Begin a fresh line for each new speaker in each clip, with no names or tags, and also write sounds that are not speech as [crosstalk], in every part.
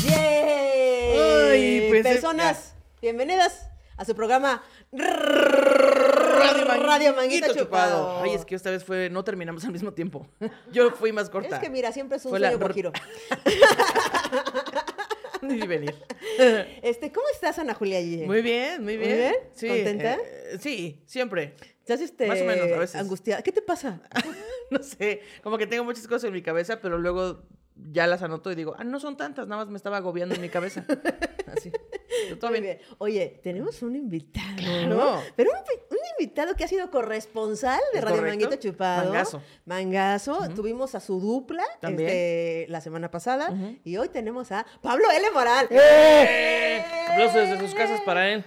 pues, eh,
personas, bienvenidas a su programa Radio,
Manguito
Manguito Chupado.
Ay, es que esta vez fue, no terminamos al mismo tiempo. [laughs] Yo fui más corta.
Es que mira, siempre es un
Fue la-
sueño guajiro.
[laughs] Ni venir.
Este, ¿cómo estás, Ana Julia? Guille?
Muy bien, muy
Muy
bien.
bien,
Sí,
¿contenta?
eh, sí, siempre. [laughs]
¿Estás este,
Más o menos, a veces.
angustiada? ¿Qué te pasa?
No sé, como que tengo muchas cosas en mi cabeza, pero luego ya las anoto y digo, ah, no son tantas, nada más me estaba agobiando en mi
[laughs]
cabeza. Así. Yo todo
Muy
bien.
bien. Oye, tenemos un invitado,
Claro.
pero un, pi- un invitado que ha sido corresponsal de
Es
Radio
correcto.
Manguito Chupado.
Mangazo.
Mangazo. Tuvimos a su dupla
También.
este, la semana pasada
Ujú.
y hoy tenemos a Pablo L. Moral.
Eh, Aplausos desde sus casas para él.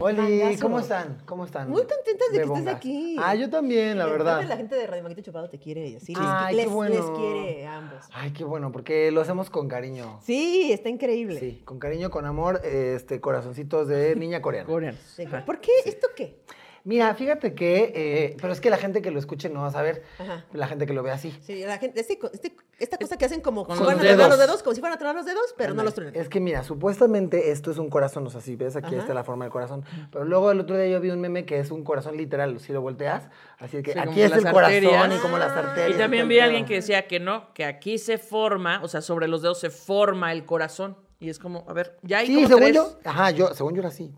Hola,
Mangazo.
¿cómo están? ¿ómo están?
Muy contentas de que estés
Bebongas.
aquí.
Ah, yo también, la
Creo que La
verdad.
gente de Radio Manguito Chupado te quiere y así.
Ay,
les,
qué bueno.
les quiere a ambos.
Ay, qué bueno, porque lo hacemos con cariño.
Sí, está increíble.
Sí, con cariño, con amor, este, corazoncitos de niña coreana.
Coreanos.
Sí.
Ajá.
¿Por qué? ¿Esto qué?
Mira, fíjate que, eh, pero es que la gente que lo escuche no va a saber,
Ajá.
la gente que lo ve así.
Sí, la gente, este co- este- esta cosa que hacen como
Con
si
los
van a tronar los
dedos.
dedos, como si fueran a tronar los dedos, pero no los truenan.
Es que mira, supuestamente esto es un corazón, o sea, si ves aquí
Ajá.
está la forma del corazón, pero luego el otro día yo vi un meme que es un corazón literal, si lo volteas, así que
Sí, como
aquí es
las
el corazón
arterias.
y como las
Ah.
arterias.
Y también
todo
vi
el
a alguien
pedo.
que decía que no, que aquí se forma, o sea, sobre los dedos se forma el corazón. Y es como, a ver, ya hay
Sí,
como
según
tres.
yo, ajá, yo, según yo era así.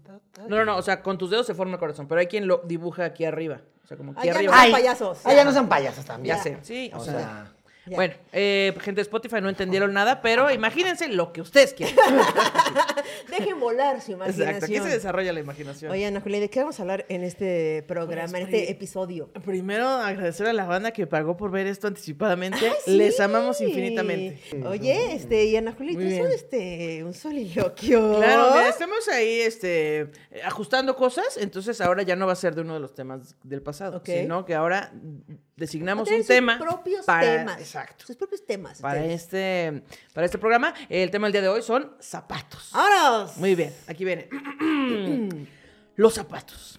No, no, no, o sea, con tus dedos se forma el corazón, pero hay quien lo dibuja aquí arriba. O sea, como aquí
Ay, ya
arriba.
no. Ay, payasos.
Ah, ya no sean payasos también.
Ya sé, sí, o
O
sea,
sea,
Ya.
Bueno, eh, gente de Spotify no entendieron nada, pero imagínense lo que ustedes quieran.
Dejen volar su [laughs] imaginación.
[laughs] Exacto, aquí se desarrolla la imaginación.
Oye, Ana Julia, ¿de qué vamos a hablar en este programa,
Pues,
en este
oye,
episodio?
Primero, agradecer a la banda que pagó por ver esto anticipadamente.
¡Ay,
Les
sí!
amamos infinitamente.
Oye, este, y Ana Julia,
Muy
¿tú
bien.
son este, un soliloquio?
Claro, mira, estamos ahí este, eh, ajustando cosas, entonces ahora ya no va a ser de uno de los temas del pasado,
Ok.
sino que ahora designamos
Tienen
un
sus
tema.
propios
para,
temas.
Exacto.
Sus propios temas.
Para
ustedes.
este, para este programa, el tema del día de hoy son zapatos.
Ah. ¡Vámonos!
Muy bien, aquí viene. [clears throat] los zapatos.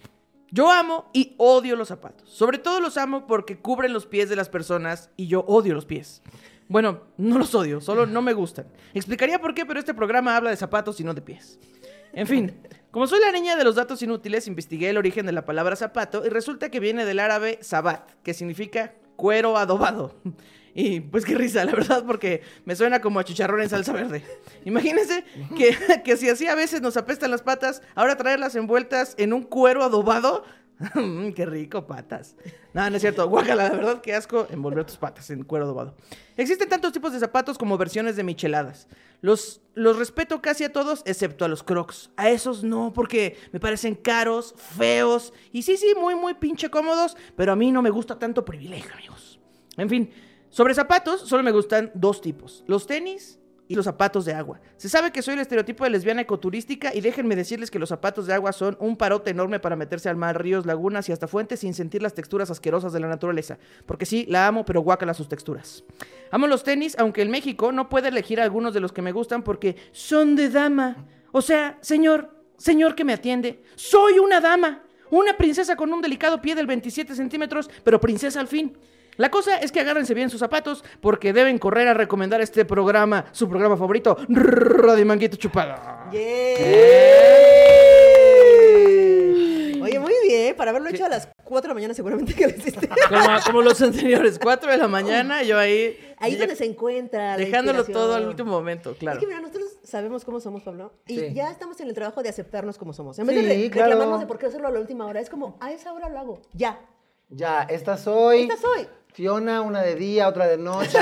Yo amo y odio los zapatos. Sobre todo los amo porque cubren los pies de las personas y yo odio los pies. Bueno, no los odio, solo no me gustan. Explicaría por qué, pero este programa habla de zapatos y no de pies. En fin, como soy la niña de los datos inútiles, investigué el origen de la palabra zapato y resulta que viene del árabe zabat, que significa cuero adobado. Y pues qué risa, la verdad, porque me suena como a chicharrón en salsa verde. Imagínense que, que si así a veces nos apestan las patas, ahora traerlas envueltas en un cuero adobado. Mm, [laughs] qué rico, patas. No, no es cierto. Guácala, la verdad, qué asco envolver tus patas en cuero adobado. Existen tantos tipos de zapatos como versiones de micheladas. Los, los respeto casi a todos, excepto a los crocs. A esos no, porque me parecen caros, feos y sí, sí, muy, muy pinche cómodos, pero a mí no me gusta tanto privilegio, amigos. En fin, sobre zapatos solo me gustan dos tipos, los tenis y los zapatos de agua. Se sabe que soy el estereotipo de lesbiana ecoturística y déjenme decirles que los zapatos de agua son un parote enorme para meterse al mar, ríos, lagunas y hasta fuentes sin sentir las texturas asquerosas de la naturaleza. Porque sí, la amo, pero guácala sus texturas. Amo los tenis, aunque en México no puedo elegir algunos de los que me gustan porque son de dama. O sea, señor, señor que me atiende, soy una dama. Una princesa con un delicado pie del 27 centímetros, pero princesa al fin. La cosa es que agárrense bien sus zapatos porque deben correr a recomendar este programa, su programa favorito, Radio Manguito Chupada.
Yeah. Oye, muy bien. Para haberlo hecho a las 4 de la mañana, seguramente que lo
[laughs]
hiciste.
Como, como los anteriores, 4 de la mañana, yo ahí,
Ahí es
ya-
donde se encuentra. la
dejándolo
inspiración.
todo al último momento, claro.
Es que mira, nosotros sabemos cómo somos, Pablo, y
Sí.
ya estamos en el trabajo de aceptarnos como somos. En vez de
Sí,
re-
claro.
reclamarnos de por qué hacerlo a la última hora, es como, a esa hora lo hago, ya.
Ya, esta soy.
Esta soy.
Fiona, una de día, otra de
[laughs]
noche.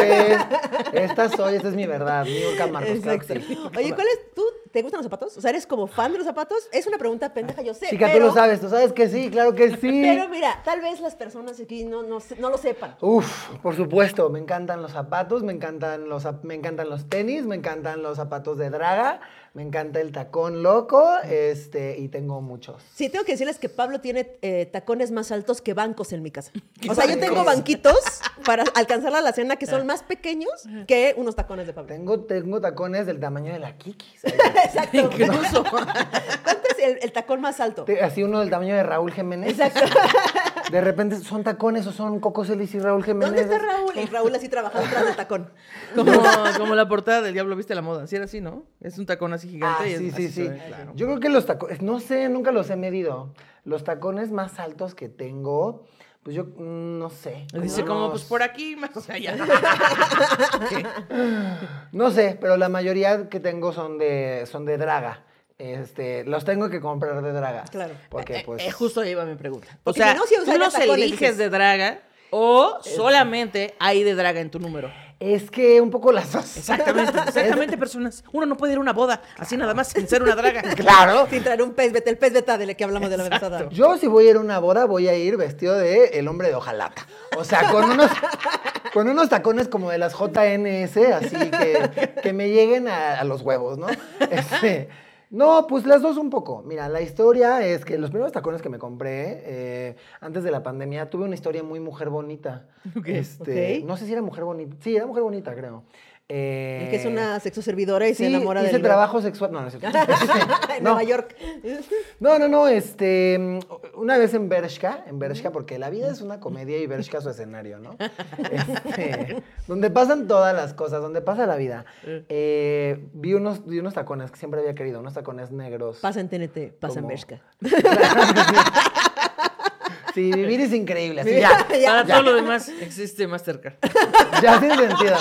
esta soy, esta es mi verdad. Nunca Marcos claro que sí.
Oye, ¿cuál es tú? ¿Te gustan los zapatos? O sea, ¿eres como fan de los zapatos? Es una pregunta pendeja, yo sé.
Chica,
pero,
tú lo sabes, tú sabes que sí, claro que sí.
[laughs] Pero mira, tal vez las personas aquí no, no, se- no lo sepan.
Uf, por supuesto, me encantan los zapatos, me encantan los, zap- me encantan los tenis, me encantan los zapatos de draga, me encanta el tacón loco, este, y tengo muchos.
Sí, tengo que decirles que Pablo tiene eh, tacones más altos que bancos en mi
[laughs]
casa. O sea, yo tengo
bancos? Ah.
banquitos para alcanzar la alacena que son más pequeños que unos tacones de
[laughs]
Pablo.
Tengo, tengo tacones del tamaño de la Kiki. ¿sabes?
Exacto.
[laughs]
Incluso. ¿Cuánto es el, el tacón más alto?
Te- Así uno del tamaño de Raúl Jiménez.
Exacto.
[laughs] De repente, ¿son tacones o son Coco Celis y Raúl Jiménez?
¿Dónde está Raúl? Y Raúl así trabajando atrás del tacón.
Como, como la portada del Diablo Viste la Moda. Si era así, ¿no? Es un tacón así
Ah,
gigante. y es-
sí, sí,
así se
sí.
ve, claro.
Yo creo que los tacones, no sé, nunca los he medido. Los tacones más altos que tengo, pues yo mm, no sé.
Dice como, pues
unos-
por aquí, más
[laughs]
allá.
No sé, pero la mayoría que tengo son de, son de draga. Este, los tengo que comprar de draga.
Claro.
Porque pues.
Eh, eh, justo ahí va mi pregunta.
Porque
o sea,
si no, si
tú
usaría
los
tacones,
eliges
dices.
de draga o solamente hay de draga en tu número.
Es que un poco las dos.
[laughs]
[laughs]
Exactamente, exactamente, personas. Uno no puede ir a una boda así nada más sin ser una [laughs] draga.
Claro.
Sin traer un pez beta, el pez beta del que hablamos de la vez pasada.
Yo si voy a ir a una boda, voy a ir vestido de el hombre de hojalata. O sea, con unos, con unos tacones como de las JNS, así que, que me lleguen a, a los huevos, ¿no? Este, no, pues las dos un poco. Mira, la historia es que los primeros tacones que me compré eh, antes de la pandemia tuve una historia muy mujer bonita. Este,
ok.
No sé si era mujer bonita. Sí, era mujer bonita, creo. Eh,
Es que es una sexo servidora y se
sí,
enamora de.
hice
[laughs]
trabajo sexual. No, no es cierto.
en
No.
Nueva York.
No, no, no, este, mm, una vez en Bershka, en Bershka, porque la vida es una comedia y Bershka su escenario, ¿no? Este, donde pasan todas las cosas, donde pasa la vida. Eh, vi, unos, vi unos tacones que siempre había querido, unos tacones negros.
Pasa en TNT, pasa en
Como-
Bershka.
Sí, vivir es increíble, así
[laughs]
ya,
Para
ya,
todo lo demás existe Mastercard.
ya sin sentido.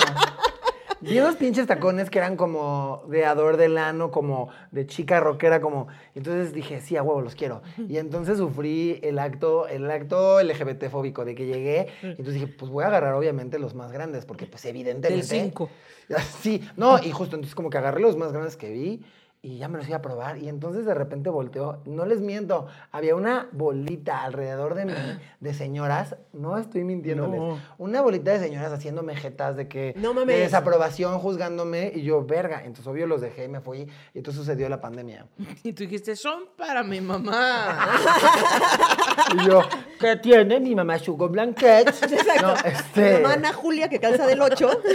Vi unos pinches tacones que eran como de ador de lano, como de chica rockera, como. Entonces dije, sí, a huevo, los quiero. Y entonces sufrí el acto, el acto LGBT fóbico de que llegué. Y entonces dije, pues voy a agarrar obviamente los más grandes, porque pues evidentemente.
Del cinco.
[laughs] Sí, no, y justo entonces como que agarré los más grandes que vi y ya me los iba a probar. Y entonces de repente volteó, no les miento, había una bolita
[gasps]
alrededor de mí, de señoras, no estoy mintiéndoles,
No.
una bolita de señoras haciéndome jetas de que
No mames.
de desaprobación, juzgándome y yo, verga. Entonces obvio los dejé y me fui y entonces sucedió
[laughs]
la pandemia.
Y tú dijiste, son para mi mamá.
Y yo, ¿qué tiene mi mamá Sugar
[laughs]
Blanket?
Exacto.
No, este-
Mamá Ana Julia, que calza del 8. Eh.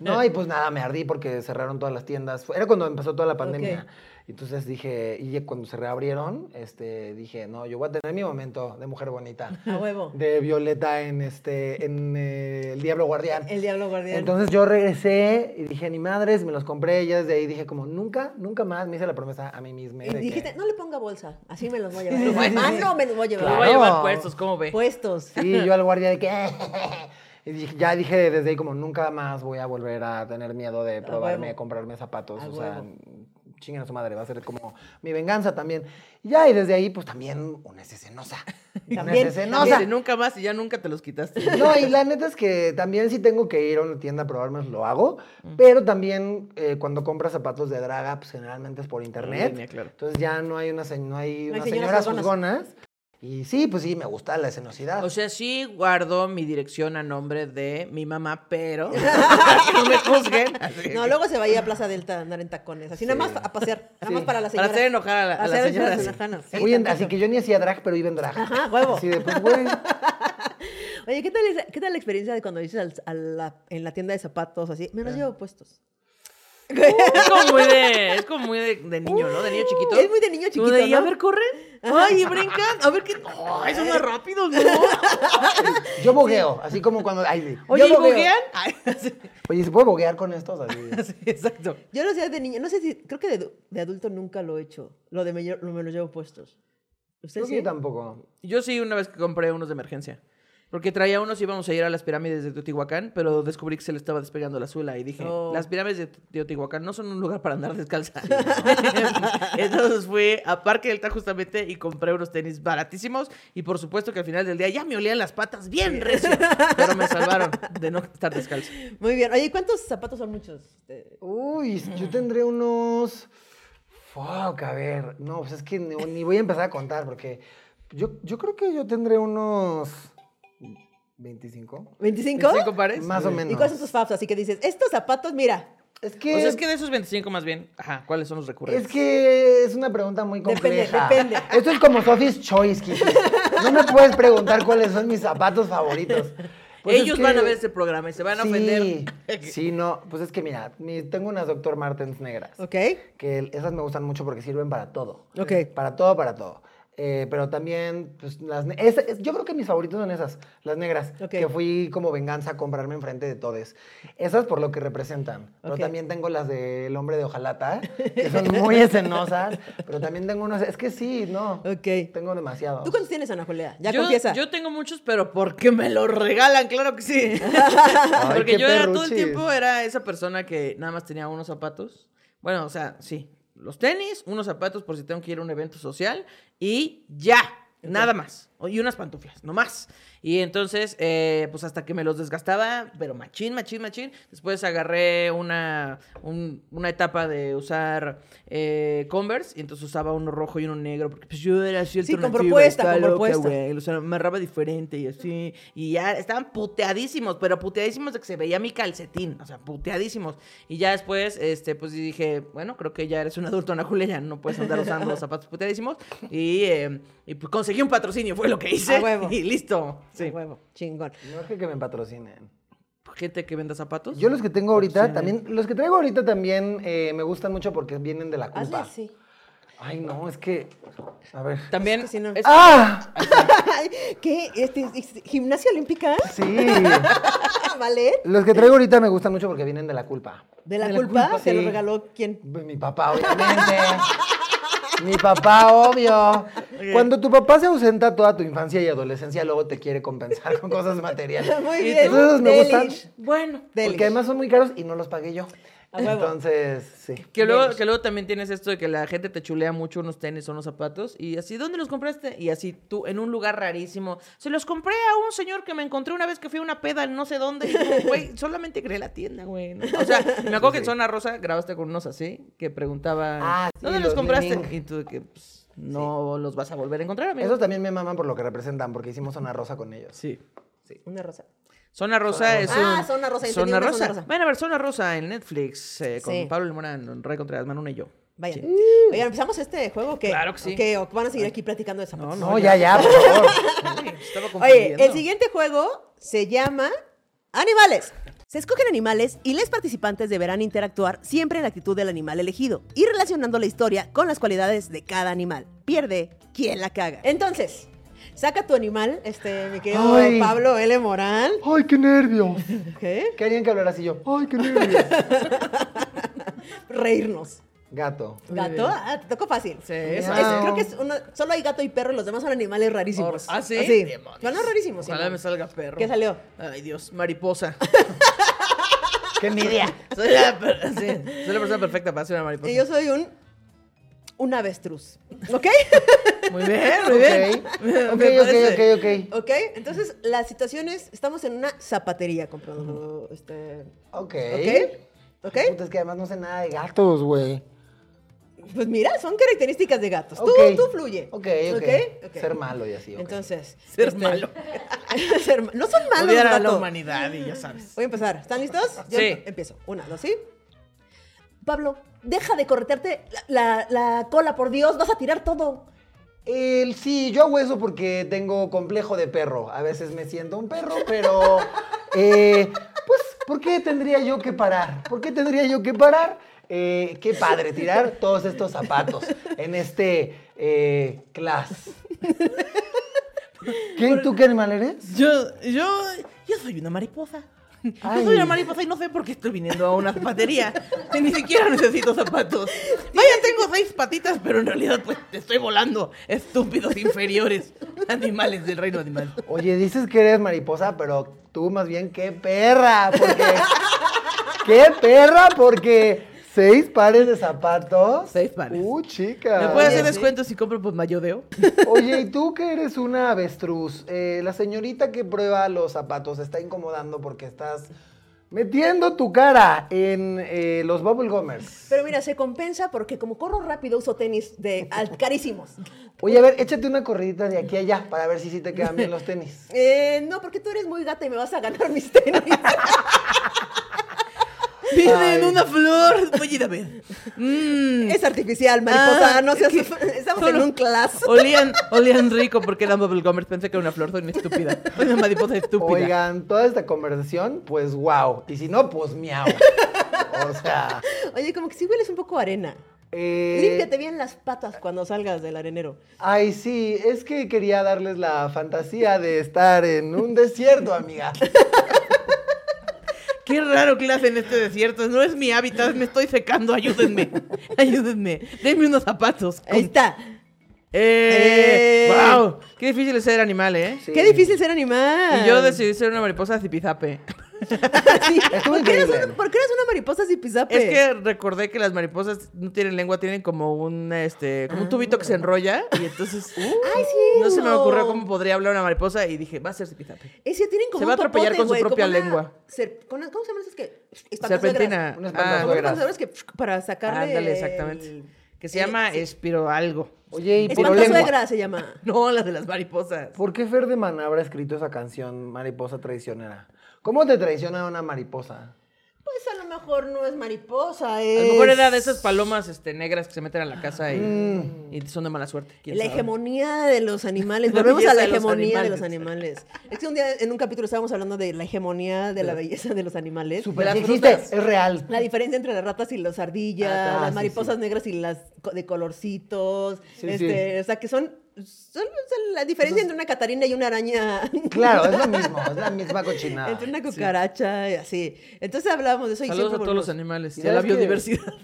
No, y pues nada, me ardí porque cerraron todas las tiendas. Fue- Era cuando empezó toda la pandemia.
Ok.
Entonces dije, y cuando se reabrieron, este, dije, no, yo voy a tener mi momento de mujer bonita.
[laughs] A huevo.
De Violeta en este, en eh, El Diablo Guardián.
[laughs] El diablo guardián.
Entonces yo regresé y dije, ni madres, me los compré. Y ya desde ahí dije, como, nunca, nunca más me hice la promesa a mí misma.
y
de que-
dijiste, no le ponga bolsa, así me los voy a
Sí, sí,
llevar.
sí,
Ah,
sí.
no, me los voy a
Lo voy
llevar.
a llevar
Claro.
puestos, ¿cómo ve?
Puestos.
Sí, yo al guardia de que. [laughs] Y dije- ya dije desde ahí como nunca más voy a volver a tener miedo de probarme,
huevo.
comprarme zapatos.
A
o sea,
huevo.
chinguen a su madre, va a ser como mi venganza también. Y ya, y desde ahí, pues también
[laughs]
una escenosa. Una
También,
escenosa.
Dice, nunca más y ya nunca te los quitaste.
No, y la neta es que también si tengo que ir a una tienda a probármelos, lo hago. Pero también eh, cuando compras zapatos de draga, pues generalmente es por internet.
línea, claro.
Entonces ya no hay, una, se- no hay
No hay
unas
señoras
señoras
juzgonas.
juzgonas. Y sí, pues sí, me gusta la escenosidad.
O sea, sí guardo mi dirección a nombre de mi mamá, pero [laughs] no me juzguen.
No, luego se va a ir a Plaza Delta a andar en tacones, así nada más a pasear, nada más
Sí.
para la
Para
señora.
hacer enojar a la, a la
Hacer
señora. [laughs]
esas enojanas. Sí,
Oye,
tantito.
así que yo ni hacía drag, pero iba en drag.
Ajá, huevo.
Así de, pues, güey.
Oye, ¿qué tal, es- ¿qué tal la experiencia de cuando dices al- a la- en la tienda de zapatos así? Me los llevo puestos.
Es como muy de, es como muy de, de niño, ¿no? De niño chiquito.
Es muy de niño
Como
chiquito,
de, "Y a
¿no?
ver, Eh, corren. Ay, y brincan. A ver qué. Ay, son más rápidos, ¿no?
Yo bogueo, así como cuando. Ay, sí.
[laughs] Oye, ¿y
yo bogueo.
buguean? Ay, [laughs] sí,
Oye, ¿se puede boguear con estos? Así.
sí, exacto.
Yo lo hacía de niña, no sé si, creo que de, de adulto nunca lo he hecho, lo de me, lle- lo- me los llevo puestos. ¿Usted
Creo que
sí?
yo tampoco.
Yo sí, una vez que compré unos de emergencia. Porque traía unos y íbamos a ir a las pirámides de Teotihuacán, pero descubrí que se le estaba despegando la suela y dije,
Oh.
las pirámides de Teotihuacán no son un lugar para andar descalza. [laughs] Entonces fui a Parque Delta justamente y compré unos tenis baratísimos y por supuesto que al final del día ya me olían las patas bien recio, pero me salvaron de no estar descalzo.
Muy bien. Oye, ¿y ¿cuántos zapatos son muchos? Eh,
Uy, yo tendré unos. Fuck, a ver. No, pues es que ni, ni voy a empezar a contar porque yo, yo creo que yo tendré unos. 25.
¿25?
¿Cinco pares?
Más o
¿Y
menos.
cuáles son tus faps? Así que dices, estos zapatos, mira,
Es
O
que.
sea, Pues es que de esos 25 más bien, ajá, ¿cuáles son los
Es
recurrentes?
que es una pregunta muy
Depende,
compleja.
depende.
[laughs] Esto es como Sophie's Choice, Kiki. No me puedes preguntar cuáles son mis zapatos favoritos. Pues es
Ellos
que-
van a ver este programa y se van a
Sí,
ofender. [laughs]
Sí, no. Pues es que mira, mi- tengo unas Dr. Martens negras.
¿ok?
Que el- esas me gustan mucho porque sirven para todo.
Ok.
Para todo, para todo. eh, pero también, pues, las ne- es- es- yo creo que mis favoritos son esas, las negras,
Ok.
que fui como venganza a comprarme enfrente de todes. Esas por lo que representan. Pero
Ok.
también tengo las del hombre de ojalata, que
[laughs]
son muy escenosas. pero también tengo unas, es que sí, no.
Ok.
Tengo demasiado.
¿Tú cuántos tienes, Ana Julia? Ya
yo,
confiesa.
Yo tengo muchos, pero porque me los regalan, claro
[laughs]
que sí. [laughs] porque
qué
yo era todo el
perruchis.
tiempo era esa persona que nada más tenía unos zapatos. Bueno, o sea, sí, los tenis, unos zapatos por si tengo que ir a un evento social y ya, nada más. O- Y unas pantuflas, no más. Y entonces, eh, pues hasta que me los desgastaba, pero machín, machín, machín. Después agarré una, un- una etapa de usar eh, Converse y entonces usaba uno rojo y uno negro porque pues yo era así el
Sí, con
alternativo,
propuesta,
estaba
con
loca,
propuesta.
güey. O sea, me amarraba diferente y así. Y ya estaban puteadísimos, pero puteadísimos de que se veía mi calcetín. O sea, puteadísimos. Y ya después, este, pues dije, bueno, creo que ya eres un adulto, Ana Julia, ya no puedes andar usando los zapatos puteadísimos. Y, eh, y, pues conseguí un patrocinio, fue lo que hice.
A huevo.
Y listo.
A
Sí.
huevo, chingón.
No es que que me patrocinen.
Gente que venda zapatos.
Yo los que tengo ahorita, también, los que traigo ahorita también eh, me gustan mucho porque vienen de la
Hazle
culpa.
así. [laughs]
Ay, no, es que. A ver.
También.
Es que si no-
es-
¡Ah!
¿Qué? Este, es- ¿Gimnasia olímpica? [laughs]
Sí.
¿Ballet?
Los que traigo ahorita me gustan mucho porque vienen de la culpa.
¿De la culpa? ¿Se lo
sí.
regaló quién?
Pues Mi papá, obviamente. Mi papá, obvio. Cuando tu papá se ausenta toda tu infancia y adolescencia, luego te quiere compensar con cosas materiales.
[laughs] [laughs] Muy
¿Y
bien.
tú?
Esos me gustan.
Delish.
Bueno.
Delish.
Porque además son muy caros y no los pagué yo.
A huevo.
Entonces, sí.
Que luego, que luego también tienes esto de que la gente te chulea mucho unos tenis o unos zapatos y así, ¿dónde los compraste? Y así tú, en un lugar rarísimo. Se los compré a un señor que me encontré una vez que fui a una peda en no
[laughs]
sé dónde. Y yo, Güey, solamente creé la tienda, güey. ¿no? O sea, me acuerdo que en Zona Rosa grabaste con unos así que preguntaban,
Ah, sí,
¿dónde los,
los
compraste?
Lenin.
Y tú de que pues, no los vas a volver a encontrar, amigo.
Esos también me maman por lo que representan, porque hicimos zona rosa con ellos.
Sí.
Una rosa.
Zona Rosa es
Ah,
un-
Zona Rosa, entendí, una Zona Rosa.
Vayan a ver Zona Rosa en Netflix eh, con
Sí.
Pablo Limón, Ray Contreras, Manu
[laughs]
y yo.
Vayan.
Sí.
Oigan, empezamos este juego que,
Claro que sí.
o van a seguir aquí platicando de zapatos.
No, ya, ya, por favor.
Estaba
Oye, el
confundiendo.
siguiente juego se llama Animales. Se escogen animales y los participantes deberán interactuar siempre en la actitud del animal elegido y relacionando la historia con las cualidades de cada animal. Pierde quien la caga. Entonces, saca tu animal, este, mi querido
Ay.
Pablo L. Morán.
[laughs] ¡Ay, qué nervios!
¿Qué?
Querían que hablara así yo. ¡Ay, qué nervios!
Reírnos. [laughs]
Gato.
Gato, ah, te tocó fácil.
Sí,
Es-
exacto.
es- creo que es una- solo hay gato y perro, los demás son animales rarísimos.
¿Ah, sí?
Sí.
Demonios.
Son los rarísimos. sí,
Ojalá
no.
me salga perro.
¿Qué salió?
Ay, Dios, mariposa.
¡Qué envidia!
Soy la, per- [laughs] sí, soy la persona perfecta para ser una mariposa.
Y yo soy un. Un avestruz. ¿Ok?
Muy bien,
Ok,
muy bien. Me
ok,
parece.
ok, ok, ok.
ok. Entonces, las situaciones. Estamos en una zapatería comprando. Este.
Ok. Pues,
¿Ok? ¿Ok?
Puta, es que además no sé nada de gatos, güey.
Pues mira, son características de gatos.
Ok.
Pues Tú, tú fluye.
Ok, ok.
Ok.
Ser malo y así. ok.
Entonces. este,
Ser malo.
[laughs] ser ma- no son malos.
Odiar a la
gato.
humanidad y ya sabes.
Voy a empezar. ¿Están listos? Yo
Sí.
empiezo. Una, dos, sí. Pablo, deja de corretearte la, la- la cola, por Dios. Vas a tirar todo.
El- sí, yo hago eso porque tengo complejo de perro. A veces me siento un perro, pero. [laughs] eh, pues, ¿por qué tendría yo que parar? ¿Por qué tendría yo que parar? Eh, qué padre tirar todos estos zapatos en este eh,
[laughs]
class. ¿Quién tú qué animal eres?
Yo, yo, yo soy una mariposa.
Ay.
Yo soy una mariposa y no sé por qué estoy viniendo a una zapatería. [laughs] Si ni siquiera necesito zapatos. Vaya, tengo seis patitas, pero en realidad pues te estoy volando. Estúpidos inferiores. [laughs] Animales del reino animal.
Oye, dices que eres mariposa, pero tú más bien qué perra, porque. ¡Qué perra! Porque seis pares de zapatos.
Seis pares.
Uh, chica.
¿Me puedes hacer
sí.
descuentos si compro por mayodeo? [laughs]
Oye, ¿y tú que eres una avestruz? eh, la señorita que prueba los zapatos está incomodando porque estás metiendo tu cara en eh, los bubble gummers.
Pero mira, se compensa porque como corro rápido uso tenis de al- carísimos.
Oye, a ver, échate una corridita de aquí a allá para ver si sí te quedan bien los tenis.
Eh, no, porque tú eres muy gata y me vas a ganar mis
[laughs]
tenis.
Piden una flor. Oye, David. Mmm.
es artificial, mariposa.
Ah,
no seas.
que-
Estamos
solo-
en un class.
Olían, olían rico porque eran bubblegomers. Pensé que era una flor, soy una estúpida. Soy una mariposa estúpida.
Oigan, toda esta conversación, pues wow. Y si no, pues miau. O sea,
Oye, como que sí hueles un poco a arena.
Eh,
Límpiate bien las patas cuando salgas del arenero.
Ay, sí, es que quería darles la fantasía de estar en un desierto, amiga.
Qué raro que le hacen este desierto. No es mi hábitat, me estoy secando. Ayúdenme. Ayúdenme. Denme unos zapatos.
Ahí está.
¡Eh!
¡Eh!
¡Wow! Qué difícil es ser animal, ¿eh?
Sí.
[laughs] Qué difícil ser animal.
Y yo decidí ser una mariposa zipizape.
[laughs]
[laughs]
Sí.
Estuvo
¿Por, qué eres
increíble.
una, por qué eres una mariposa si pisape?
Es que recordé que las mariposas no tienen lengua, tienen como un este, como un tubito que se enrolla y entonces
Ah. [laughs] Ay, sí,
no se me
no.
ocurrió cómo podría hablar una mariposa y dije, va a ser zipizape.
Es que tienen como
Se
un
va a atropellar
topote,
con su
güey,
propia
como una
lengua.
cer- con una- ¿Cómo se llaman esas que? Espantazuegras.
Serpentina.
Unas
Ah,
Como unas
Suegras.
espantazuegras que para sacarle
ándale,
el-
exactamente. Que se
Eh,
llama
sí.
espiro algo.
Oye, y por lengua.
Espantazuegra se llama.
[laughs] No, las de las mariposas.
¿Por qué Fer de Man habrá escrito esa canción, Mariposa Traicionera? ¿Cómo te traiciona una mariposa?
Pues a lo mejor no es mariposa,
A
es...
lo mejor era de esas palomas este, negras que se meten a la casa y,
Mm.
y son de mala suerte. ¿quién
La
sabe?
hegemonía de los
[laughs]
animales.
La
Volvemos a la
belleza de los
hegemonía de los animales. Es que un día en un capítulo estábamos hablando de la hegemonía de la belleza de los animales.
Super,
las
sí existe,
frutas.
es real.
La diferencia entre las ratas y las ardillas,
Ah, ah,
las
sí,
mariposas
sí.
negras y las co- de colorcitos.
Sí,
este, O sea, que son, son- son la diferencia entre una catarina y una
[laughs]
araña.
Claro, es lo mismo, es la misma cochinada.
entre una cucaracha y así. Entonces hablábamos de eso y
Saludos a
siempre
todos los
volvemos.
animales
¿Y
y a la
sabes qué?
biodiversidad.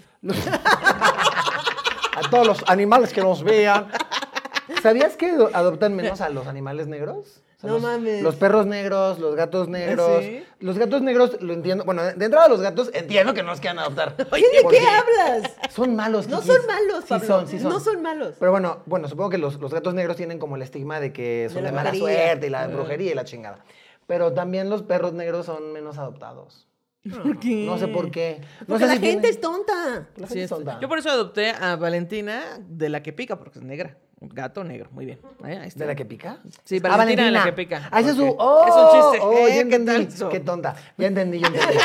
A todos los animales que nos vean. ¿Sabías que ado- adoptan menos a los animales negros? O
No
los,
mames. ¿Ah,
Los perros negros, los gatos negros.
¿Sí?
Los gatos negros, lo entiendo. Bueno, de de entrada los gatos, entiendo que no los quieran adoptar.
[laughs] Oye, ¿de
Porque
qué hablas?
Son malos.
No
Kikis.
son malos,
Sí
Pablo.
son, sí son.
No son malos.
Pero bueno, bueno, supongo que los, los gatos negros tienen como el estigma de que son
la
de, mala
brujería. Ah.
suerte y la brujería y la chingada. Pero también los perros negros son menos adoptados.
¿Por qué?
No sé por qué. No
Porque
sé
la
si
gente
tienen-
es tonta.
La
Sí,
gente es
esto-
tonta.
Yo por eso adopté a Valentina de la que pica, porque es negra. Un gato negro, muy bien. Ahí, ahí está.
¿De la que pica?
Sí,
Ah,
Valentina, de la que pica.
Ah, ese es su.
Porque
¡Oh!
es un chiste.
Oh,
Eh,
ya
¿qué
entendí.
tal eso?
Qué tonta. Ya entendí,
[laughs]
ya entendí.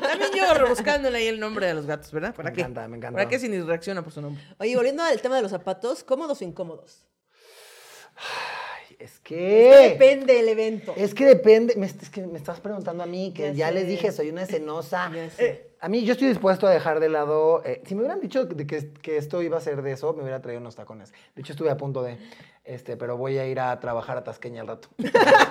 También yo rebuscándole ahí el nombre de los gatos, ¿verdad? ¿Para
Me
qué?
encanta, me encanta.
¿Para qué si ni reacciona por su nombre?
Oye, volviendo al tema de los zapatos, ¿cómodos o incómodos?
Ay, es que.
Depende del evento.
Es que depende. me- es que me estás preguntando a mí, que
Ya
ya,
sé.
les dije, soy una cenosa.
Ya sé.
Eh, a mí, yo estoy dispuesto a dejar de lado. eh, si me hubieran dicho de que, que esto iba a ser de eso, me hubiera traído unos tacones. De hecho, estuve a punto de. Este, pero voy a ir a trabajar a Tasqueña al rato. [laughs]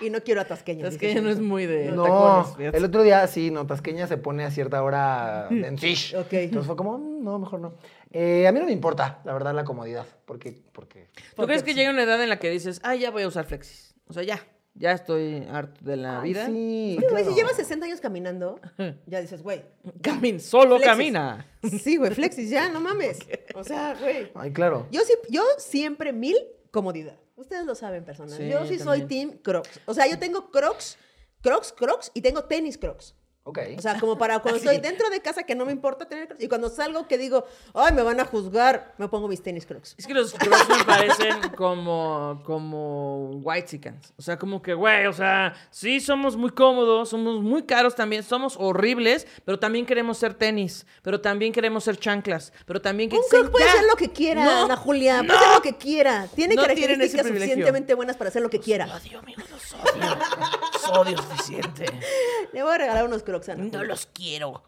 Y no quiero atasqueñas.
Es que ella no es muy de
No,
tacones. fíjate.
el otro día sí, no, Tasqueña se pone a cierta hora en fish.
Ok.
Entonces fue como, "Mm, no, mejor no. Eh, a mí no me importa, la verdad, la comodidad. Porque, porque
¿Tú crees que llega una edad en la que dices, ah, ya voy a usar flexis? O sea, ya. Ya estoy harto de la
Ay,
vida.
Sí,
Sí, güey,
claro.
si llevas 60 años caminando, ya dices, güey.
Camin, solo
flexis.
camina.
Sí, güey, flexis, ya, no mames. O sea, güey.
Ay, claro.
Yo, sí- yo siempre mil comodidad. Ustedes lo saben, personas.
Sí,
yo
yo
sí soy
también.
team crocs. O sea, yo tengo crocs, crocs, crocs y tengo tenis crocs.
Ok.
O sea, como para cuando estoy dentro de casa que no me importa tener crocs. Y cuando salgo que digo, ay, me van a juzgar, me pongo mis tenis crocs.
Es que los crocs me parecen como, como white chickens. O sea, como que, güey, o sea, sí somos muy cómodos, somos muy caros también, somos horribles, pero también queremos ser tenis, pero también queremos ser chanclas, pero también que
Un croc
Sí,
puede
ya.
ser lo que quiera,
No,
Ana Julia. Puede ser lo que quiera. Tiene
No tienen ese
características
privilegio.
suficientemente buenas para hacer lo que quiera.
Los odio, amigo, los odio. Los odio suficiente.
[laughs] Le voy a regalar unos crocs a Ana
No
Julia.
los quiero.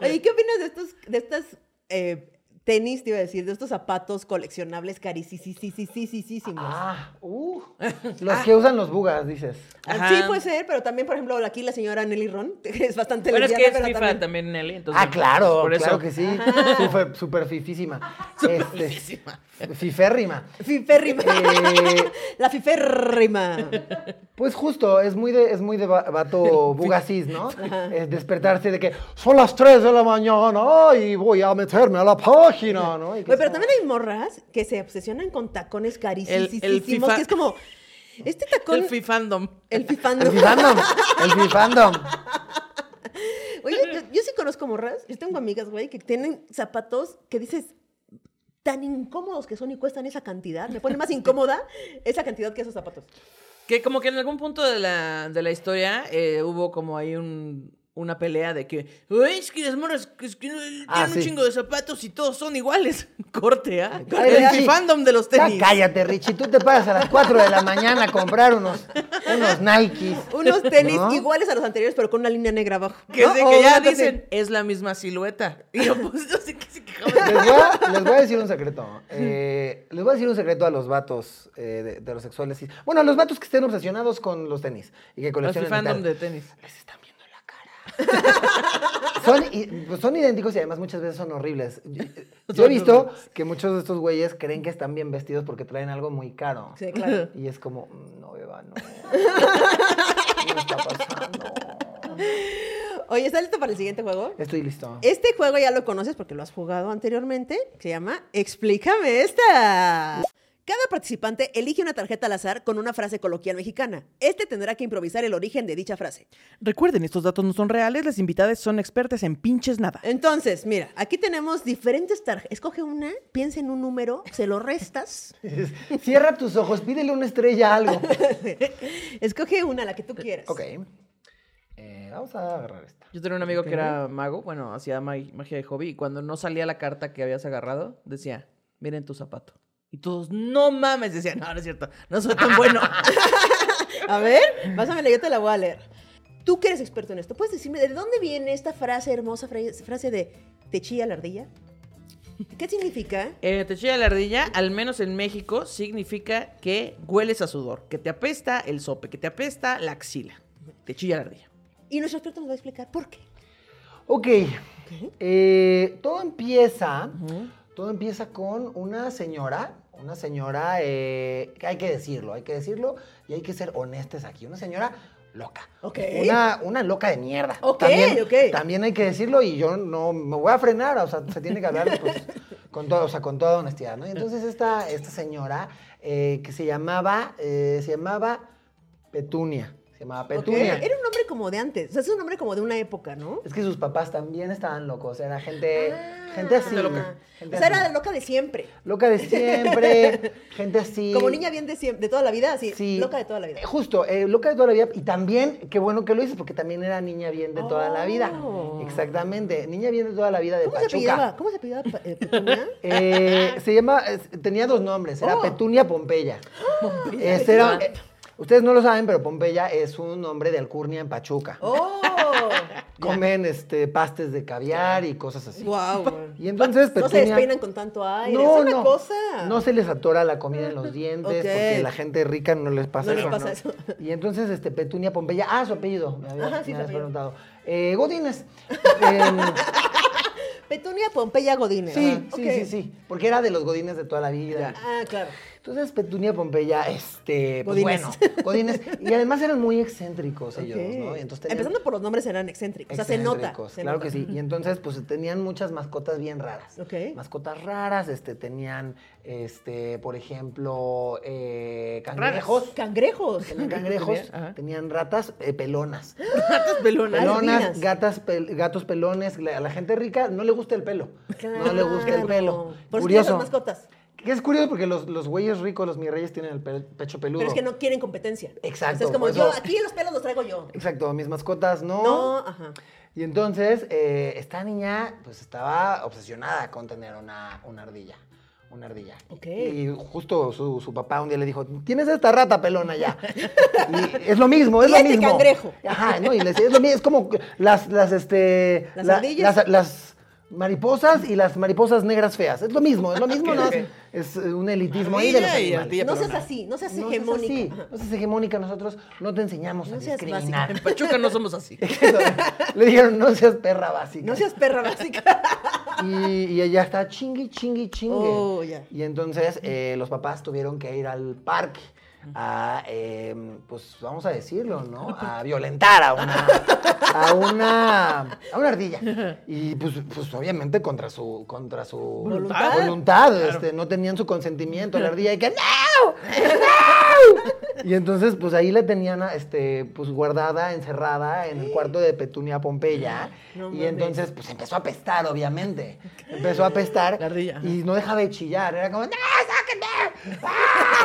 Oye, ¿qué opinas de estos, de estas eh, tenis, te iba a decir, de estos zapatos coleccionables carísimos?
Ah, uh, los que usan los bugas, dices.
Ajá.
Ah, Sí, puede ser, pero también, por ejemplo, aquí la señora Nelly Ron [laughs] que es bastante
Bueno, es que
lesbiana,
es
pero
FIFA también,
también-
Nelly. Entonces,
Ah, claro,
por eso.
claro que sí. Súper, súper fifísima. Este,
Fifísima.
fiférrima.
Fiférrima.
Eh,
[laughs] La
[laughs]
fiférrima.
Pues justo, es muy de, es muy de va- vato bugasís, ¿no? Es despertarse de que son las 3 de la mañana y voy a meterme a la página, ¿no? Y que
Güey, pero
es
también hay morras que se obsesionan con tacones carísimos,
El- el FIFA-
que es como, este
El
tacón,
fifandom.
el
como- El
fifando.
fifandom, el fifandom.
[laughs]
Oye, yo, yo sí conozco morras, yo tengo amigas, güey, que tienen zapatos que dices tan incómodos que son y cuestan esa cantidad. Me pone
[laughs]
más incómoda esa cantidad que esos zapatos.
Que como que en algún punto de la, de la historia eh, hubo como ahí un, una pelea de que, "Ay, es que las morras es que, tienen
Ah,
un
sí.
chingo de zapatos y todos son iguales. [laughs] Corte, ¿ah?
Ay,
El
Richie,
fandom de los
ya
tenis.
cállate, Richie. Tú te paras a las 4 de la mañana a comprar unos, unos Nikes.
Unos tenis
¿No?
iguales a los anteriores, pero con una línea negra abajo.
Que,
¿no?
se-
O
que ya
una cosa así.
dicen, es la misma silueta. Y yo, pues, [laughs] no sé qué se quejaban.
Les voy, a, les voy a decir un secreto. Eh, les voy a decir un secreto a los vatos eh, de- heterosexuales. y- Bueno, a los vatos que estén obsesionados con los tenis y que
Así
coleccionen. y
fandom
tal.
de tenis.
Les están viendo la cara. [laughs] son, i- pues, son idénticos y además muchas veces son horribles. Yo, yo he
Son
visto que muchos de estos güeyes creen que están bien vestidos porque traen algo muy caro.
Sí, claro.
[laughs]
Y es como, "Mm, no, beba, no. ¿Qué me está pasando?
Oye, ¿estás listo para el siguiente juego?
Estoy listo.
[laughs] Este juego ya lo conoces porque lo has jugado anteriormente. Se llama Explícame esta. Cada participante elige una tarjeta al azar con una frase coloquial mexicana. Este tendrá que improvisar el origen de dicha frase.
Recuerden, estos datos no son reales, las invitadas son expertas en pinches nada.
Entonces, mira, aquí tenemos diferentes tarjetas. Escoge una, piensa en un número, se lo
[laughs]
restas.
Dices, Cierra tus ojos, pídele una estrella a algo.
Escoge una, la que tú quieras.
Ok. Eh, vamos a agarrar esta.
Yo tenía un amigo que era mago, bueno, hacía ma- magia de hobby, y cuando no salía la carta que habías agarrado, decía, miren tu zapato. Y todos, no mames, decían, no, no es cierto, no soy tan bueno.
A ver, pásamela, yo te la voy a leer. Tú que eres experto en esto, ¿puedes decirme de dónde viene esta frase hermosa, fra- frase de te chilla la ardilla? ¿Qué significa?
Eh, te chilla la ardilla, al menos en México, significa que hueles a sudor, que te apesta el sope, que te apesta la axila. Te chilla la ardilla.
Y nuestro experto nos va a explicar por qué.
Ok. Eh, todo empieza. Todo empieza con una señora. Una señora. eh, que hay que decirlo, hay que decirlo. Y hay que ser honestes aquí. Una señora loca.
Ok.
Una, una loca de mierda.
Ok,
también,
ok.
También hay que decirlo y yo no me voy a frenar. O sea, se tiene que hablar pues, con, todo, o sea, con toda honestidad, ¿no? Y entonces esta, esta señora eh, que se llamaba. eh, se llamaba Petunia. Se llamaba Petunia.
Ok, Era un nombre como de antes, o sea, es un nombre como de una época, ¿no?
Es que sus papás también estaban locos, era gente,
Ah.
Eh, gente así.
Gente loca.
gente
O sea,
así.
era la loca de siempre.
Loca
[laughs]
de siempre, gente así.
Como niña bien de siempre, de toda la vida, así.
Sí.
Loca de toda la vida.
Eh, Justo, eh, loca de toda la vida. Y también, qué bueno que lo hizo, porque también era niña bien de toda la vida.
Oh.
Exactamente, niña bien de toda la vida de
¿Cómo se
Pachuca.
apellidaba? ¿Cómo se apellidaba pa- [laughs] eh, Petunia?
Eh, se llama, eh, tenía dos nombres, era
Oh.
Petunia Pompeya.
Pompeya.
Este era- eh, ustedes no lo saben, pero Pompeya es un nombre de alcurnia en Pachuca.
¡Oh!
[laughs] Comen este, pastes de caviar y cosas así.
¡Wow!
Y entonces
No
Petunia...
se despeinan con tanto aire. es una cosa.
No se les atora la comida
[laughs]
en los dientes,
Ok.
porque la gente rica no les pasa
No les
eso.
pasa eso.
Y entonces, este, Petunia Pompeya, ah, su apellido, me habías,
Ajá, sí,
me
su
habías
apellido.
preguntado. Eh, Godínez.
[laughs]
Em,
Petunia Pompeya Godínez.
sí,
Ah,
sí,
ok.
sí, sí, porque era de los Godines de toda la vida.
Ah, claro.
Entonces, Petunia Pompeya, este, pues
Godínez.
bueno, Godínez. Y además eran muy excéntricos ellos, ¿no?
Ok.
Y entonces tenían-
Empezando por los nombres eran excéntricos. o sea, se nota.
Excéntricos,
se
claro
nota.
que sí. Y entonces, pues tenían muchas mascotas bien raras.
Ok.
Mascotas raras, este, tenían, este, por ejemplo, eh, cangrejos. [laughs]
Cangrejos. [laughs]
Tenían cangrejos,
Tenía, ajá.
tenían ratas eh, pelonas.
Ratas pelonas.
Pelonas,
Ah, divinas.
gatas, pel- gatos pelones. La- A la gente rica no le gusta el pelo. No le gusta el
Claro.
pelo.
Por eso tienen
curioso.
las mascotas.
Que es curioso porque los, los güeyes ricos, los mi reyes, tienen el pe- pecho peludo.
Pero es que no quieren competencia.
Exacto,
O sea, es como
por
yo,
eso-
aquí los pelos los traigo yo.
Exacto, mis mascotas no.
No, ajá.
Y entonces, eh, esta niña, pues estaba obsesionada con tener una, una ardilla. Una ardilla.
Ok.
Y justo su, su papá un día le dijo: Tienes esta rata pelona ya. [laughs] Y es lo mismo, es
Y
lo
este
mismo.
cangrejo.
Ajá, no, y le decía, es lo mismo. Es como que las, las, este.
Las
la-
ardillas.
Las, las mariposas y las mariposas negras feas. Es lo mismo, es lo mismo,
Ok,
¿no?
ok.
Es eh, un elitismo ahí de los
Ardilla y
animales.
ardilla
No seas
pelona.
así, no seas
No seas
Pues hegemónica.
así,
Ajá.
No seas hegemónica, nosotros no te enseñamos
No
a
seas básica.
discriminar.
En Pachuca no somos así.
Le dijeron, no seas perra básica.
No seas perra básica.
Y, y ella está chingui, chingui, chingue.
Oh, ya.
Y entonces eh, los papás tuvieron que ir al parque a, eh, pues vamos a decirlo, ¿no? A violentar a una, a una, a una ardilla. Y pues, pues obviamente contra su, contra su
Voluntad.
voluntad,
Claro.
este, no tenían su consentimiento. La ardilla y que, ¡no! ¡No! Y entonces, pues ahí la tenían este, pues, guardada, encerrada en el cuarto de Petunia Pompeya.
No
y
mames.
entonces, pues empezó a apestar, obviamente. Empezó a apestar.
La ardilla.
Y no dejaba de chillar. Era como, ¡No,
[laughs]
sáquenme!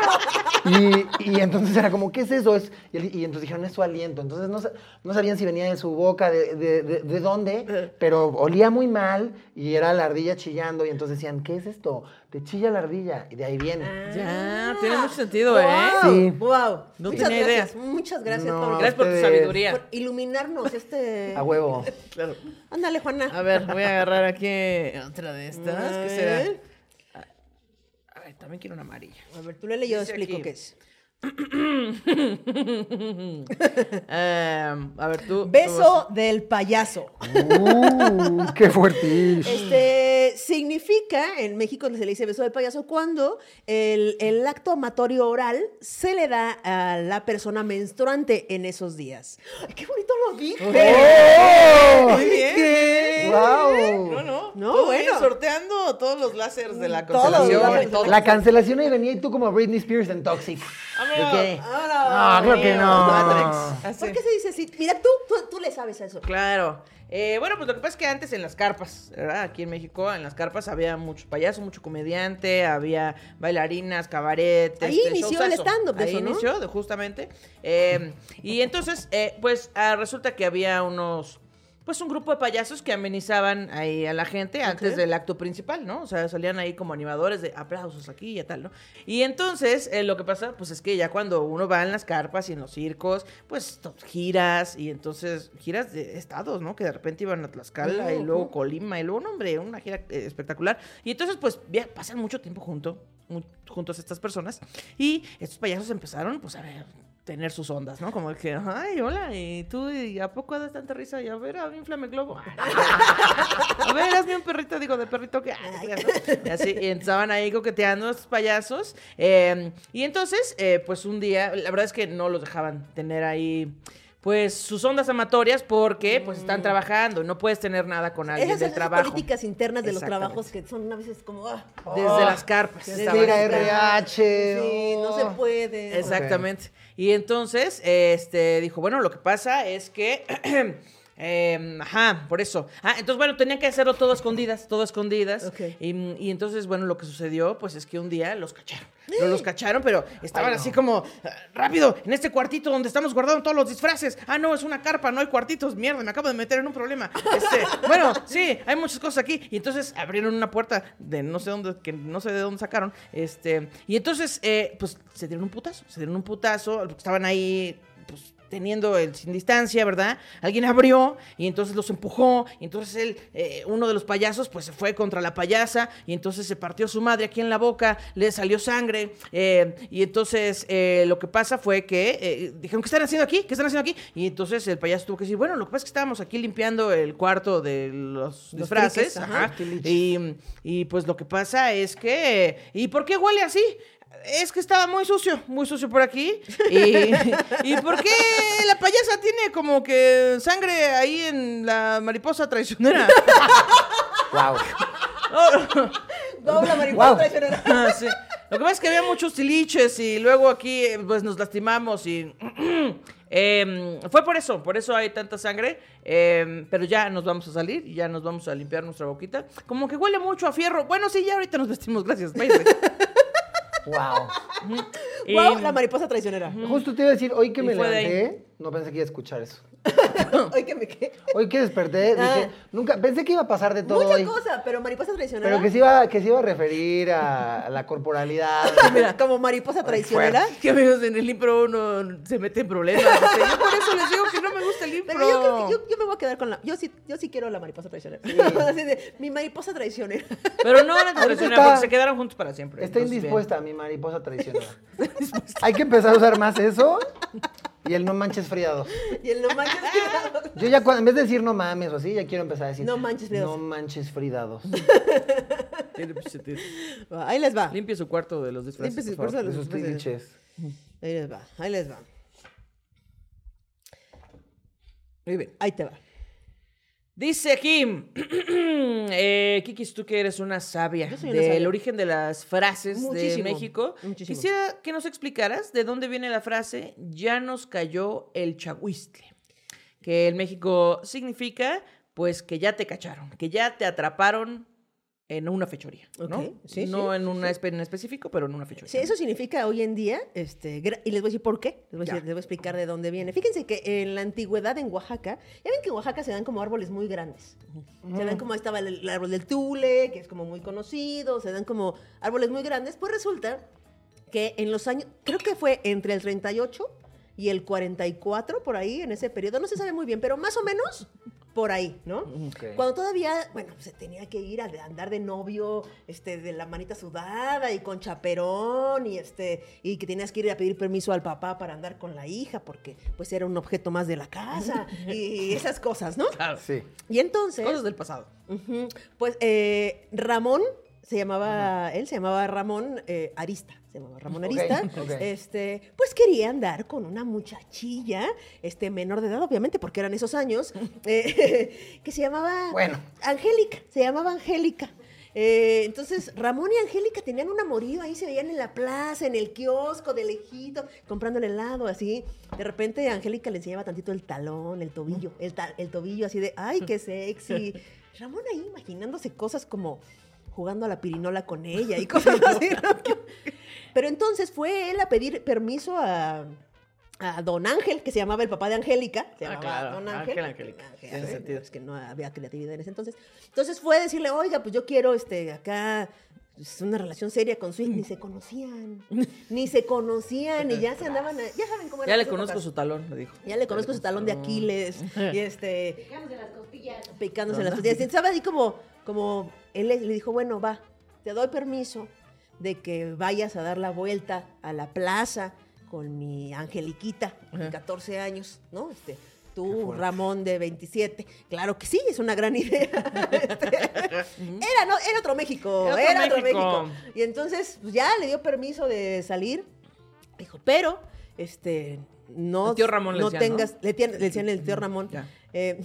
¡Ah!" Y, y entonces era como, ¿qué es eso? Es, y, y entonces dijeron, es su aliento. Entonces no, sa- no sabían si venía de su boca, de, de- de- de
Eh.
dónde, pero olía muy mal y era la ardilla chillando. Y entonces decían, ¿qué es esto? Te chilla la ardilla. Y de ahí viene.
Ah, Ya, tiene mucho sentido, ¿eh?
Wow,
Sí.
wow.
No
muchas
tenía
gracias,
idea.
muchas gracias,
No, Ah,
Pablo.
Gracias por tu
ustedes.
sabiduría.
por iluminarnos este.
A huevo.
Claro.
Ándale, Juana.
A ver, voy a agarrar aquí otra de estas.
A
¿Qué será?
ver.
A ver, también quiero una amarilla.
A ver, tú lele y yo
Dice
explico
aquí.
qué es.
Em, a ver, tú.
Beso del payaso.
Uh, qué fuertísimo.
Este significa, en México se le dice beso del payaso, cuando el, el acto amatorio oral se le da a la persona menstruante en esos días. ¡Ay, ¡Qué bonito lo dije!
tú vas-
¡Oh!
Este, Muy bien. ¿eh?
¡Guau!
No, no.
No,
Todo bien,
bueno.
sorteando todos los láseres de la
Todos,
constelación
láseres.
y todo.
La cancelación ahí venía y tú como Britney Spears en Toxic.
Vámonos.
¿De
ah,
qué?
Vámonos.
No, creo que no.
Matrix. Así.
¿Por qué se dice así? Mira, tú, tú, tú le sabes a eso.
Claro. Eh, bueno, pues lo que pasa es que antes en las carpas, ¿verdad? Aquí en México, en las carpas había mucho payaso, mucho comediante, había bailarinas, cabaret. este,
Ahí inició
showzazo.
el stand-up de
Ahí
eso, ¿no?
inició, de- justamente. Eh, y entonces, eh, pues ah, resulta que había unos. Pues un grupo de payasos que amenizaban ahí a la gente antes del acto principal, ¿no? O sea, salían ahí como animadores de aplausos aquí y tal, ¿no? Y entonces, eh, lo que pasa, pues es que ya cuando uno va en las carpas y en los circos, pues to- giras y entonces giras de estados, ¿no? Que de repente iban a Tlaxcala y
Ujú,
luego
ujú.
Colima y luego, no, hombre, una gira eh, espectacular. Y entonces, pues, via- pasan mucho tiempo junto, mu- juntos estas personas. Y estos payasos empezaron, pues, a ver, tener sus ondas, ¿no? Como que, ay, hola, ¿y tú ¿y a poco das tanta risa? Y a ver, a mí inflame globo. [laughs] A ver, hazme un perrito, digo, de perrito que... ah, te creas, ¿no? Y así, y estaban ahí coqueteando estos payasos. eh, y entonces, eh, pues un día, la verdad es que no los dejaban tener ahí... Pues sus ondas amatorias porque pues están trabajando, no puedes tener nada con alguien
Esas son
del
las
trabajo.
políticas internas de los
Exactamente.
trabajos que son a veces como. ah,
Desde [laughs] las carpas.
Desde
estaban
Mira,
esperando.
RH.
sí, no
oh.
se puede.
Exactamente. Y entonces, este, dijo, bueno, lo que pasa es que, [clears throat] em, ajá, por eso. Ah, entonces, bueno, tenían que hacerlo todo a escondidas, todo a escondidas.
Ok.
Y, mm, y entonces, bueno, lo que sucedió, pues es que un día los cacharon. No los cacharon, pero estaban así como, "Ah, rápido, en este cuartito donde estamos guardando todos los disfraces. Ah, no, es una carpa, no hay cuartitos, mierda, me acabo de meter en un problema. Este, bueno, sí, hay muchas cosas aquí. Y entonces abrieron una puerta de no sé dónde, que no sé de dónde sacaron. Este, y entonces, eh, pues se dieron un putazo, se dieron un putazo, porque estaban ahí, pues teniendo el sin distancia, ¿verdad? Alguien abrió y entonces los empujó y entonces él, eh, uno de los payasos, pues se fue contra la payasa y entonces se partió su madre aquí en la boca, le salió sangre eh, y entonces eh, lo que pasa fue que eh, dijeron, ¿qué están haciendo aquí? ¿Qué están haciendo aquí? Y entonces el payaso tuvo que decir, bueno, lo que pasa es que estábamos aquí limpiando el cuarto de los, disfraces,
triques,
ajá,
ajá, tiliches.
y, y, pues lo que pasa es que, ¿y por qué huele así? Es que estaba muy sucio, muy sucio por aquí. Y, [laughs] ¿y por qué la payasa tiene como que sangre ahí en la mariposa traicionera? [laughs]
Wow.
Oh,
Dobla mariposa
Wow.
traicionera.
ah, sí. Lo que pasa es que había muchos tiliches y luego aquí eh, pues nos lastimamos y... [clears throat] em, fue por eso, por eso hay tanta sangre, em, pero ya nos vamos a salir y ya nos vamos a limpiar nuestra boquita. Como que huele mucho a fierro. Bueno, sí, ya ahorita nos vestimos, gracias. váyanse.
Wow.
Wow,
Y-
la mariposa traicionera.
Justo te iba a decir, hoy que
Y
me
fue de ahí.
levanté, no pensé que iba a escuchar eso.
[laughs] Ay, que me quedé.
Hoy que desperté, dije,
Ah.
nunca, pensé que iba a pasar de todo
Mucha
hoy.
cosa, pero mariposa traicionera.
Pero que se iba, que se iba a referir a, a la corporalidad.
Mira, como mariposa traicionera.
[laughs] que amigos en el impro uno se mete en problemas. este, yo por eso les digo que no me gusta el impro.
Pero yo creo que yo, yo me voy a quedar con la. Yo sí, yo sí quiero la mariposa traicionera. [laughs] Así de, mi mariposa traicionera. [laughs]
Pero no eran
Ahorita
traicionera,
está-
porque se quedaron juntos para siempre.
Está
entonces,
indispuesta mi
[laughs]
mariposa traicionada. Hay que empezar a usar más eso y el no manches friados.
y el no manches fridados.
Yo ya, cuando, en vez de decir no mames o así, ya quiero empezar a decir
No manches fridados.
No manches fridados.
[laughs]
bien. Tiene pichetes.
[laughs] Va, Ahí les va.
Limpie su cuarto de los disfraces.
Limpie su
por favor.
cuarto
De sus tiliches.
Ahí les va. Ahí les va.
Muy bien.
Ahí te va.
Dice Kim, [clears throat] eh, Kikis, tú que eres una sabia
Yo soy una
del
sabia.
origen de las frases de
Muchísimo,
México.
muchísimo.
Quisiera que nos explicaras de dónde viene la frase ya nos cayó el chagüistle, que en México significa pues que ya te cacharon, que ya te atraparon en una fechoría, ¿no?
Ok, sí,
no
sí,
en una espe- en específico, pero en una fechoría.
Sí, eso significa hoy en día, este, gra- y les voy a decir por qué, les voy, a
Ya.
decir- les voy a explicar de dónde viene. Fíjense que en la antigüedad en Oaxaca, ya ven que en Oaxaca se dan como árboles muy grandes. Se dan como, ahí estaba el, el árbol del tule, que es como muy conocido, se dan como árboles muy grandes. Pues resulta que en los años, creo que fue entre el 38 y el 44, por ahí, en ese periodo, no se sabe muy bien, pero más o menos por ahí, ¿no?
Ok.
Cuando todavía, bueno, se tenía que ir a de- andar de novio, este, de la manita sudada y con chaperón y este, y que tenías que ir a pedir permiso al papá para andar con la hija porque, pues, era un objeto más de la casa y esas cosas, ¿no?
Claro.
Sí.
Y entonces,
Cosas del pasado.
ujú, pues, eh, Ramón se llamaba, él se llamaba Ramón eh, Arista, se llamaba Ramón
Ok,
Arista,
ok.
este, pues quería andar con una muchachilla, este, menor de edad, obviamente, porque eran esos años, eh, [laughs] que se llamaba...
Bueno.
Angélica, se llamaba Angélica. Eh, entonces, Ramón y Angélica tenían un amorío, ahí se veían en la plaza, en el kiosco, de lejito, comprando el helado, así. De repente, Angélica le enseñaba tantito el talón, el tobillo, el, ta- el tobillo, así de, ¡ay, qué sexy! Ramón ahí imaginándose cosas como jugando a la pirinola con ella y cosas así. ¿no? Pero entonces fue él a pedir permiso a, a Don Ángel, que se llamaba el papá de Angélica. Se
Ah,
llamaba
claro,
Don
Ángel
Ángel.
Angélica.
Ángel,
Tiene
sí,
sentido.
Es que no había creatividad en ese entonces. Entonces fue a decirle, oiga, pues yo quiero este acá. Es una relación seria con su hija. Ni se
[laughs]
conocían. Ni se conocían. Y ya se andaban. a- ya saben cómo
Ya
eran
le
las
conozco
épocas.
su talón, le dijo.
Ya le conozco su talón de
[laughs]
Aquiles. Y este
Picamos de las costillas.
picándose las costillas. Estaba así como, como él le le dijo, bueno, va, te doy permiso de que vayas a dar la vuelta a la plaza con mi angeliquita de 14 años, ¿no? Este, tú, Ramón, de 27. Claro que sí, es una gran idea.
[laughs]
Este, era, no, era otro México,
Era
era,
otro
otro
México.
México. Y entonces pues, ya le dio permiso de salir. Dijo, pero, este, no,
El tío Ramón le
no
decía, ¿no?
tengas, le, tien- le decían el tío Ramón,
Ya.
eh,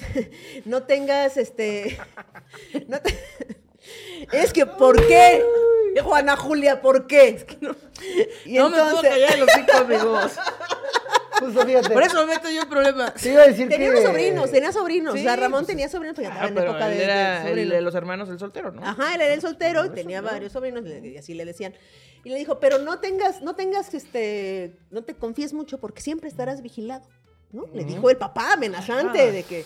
[laughs] no tengas, este, [laughs] no te- [laughs] es que, ¿por qué? Juana Julia, ¿por qué? Y
no me
entonces,
puedo callar los cinco
[laughs]
amigos.
Justo fíjate.
Por eso me meto yo en problemas.
Te iba a decir
tenía
que-
unos sobrinos, tenía sobrinos,
Sí,
o sea, Ramón
pues,
tenía sobrinos, porque
Ah,
estaba en
pero
época
él
de,
era
de
el
sobrinos.
de los hermanos el soltero, ¿no?
Ajá, él era el soltero y tenía varios sobrinos, le- y así le decían. Y le dijo, pero no tengas, no tengas, este, no te confíes mucho porque siempre estarás vigilado, ¿no? Le dijo el papá amenazante
Ah,
de que...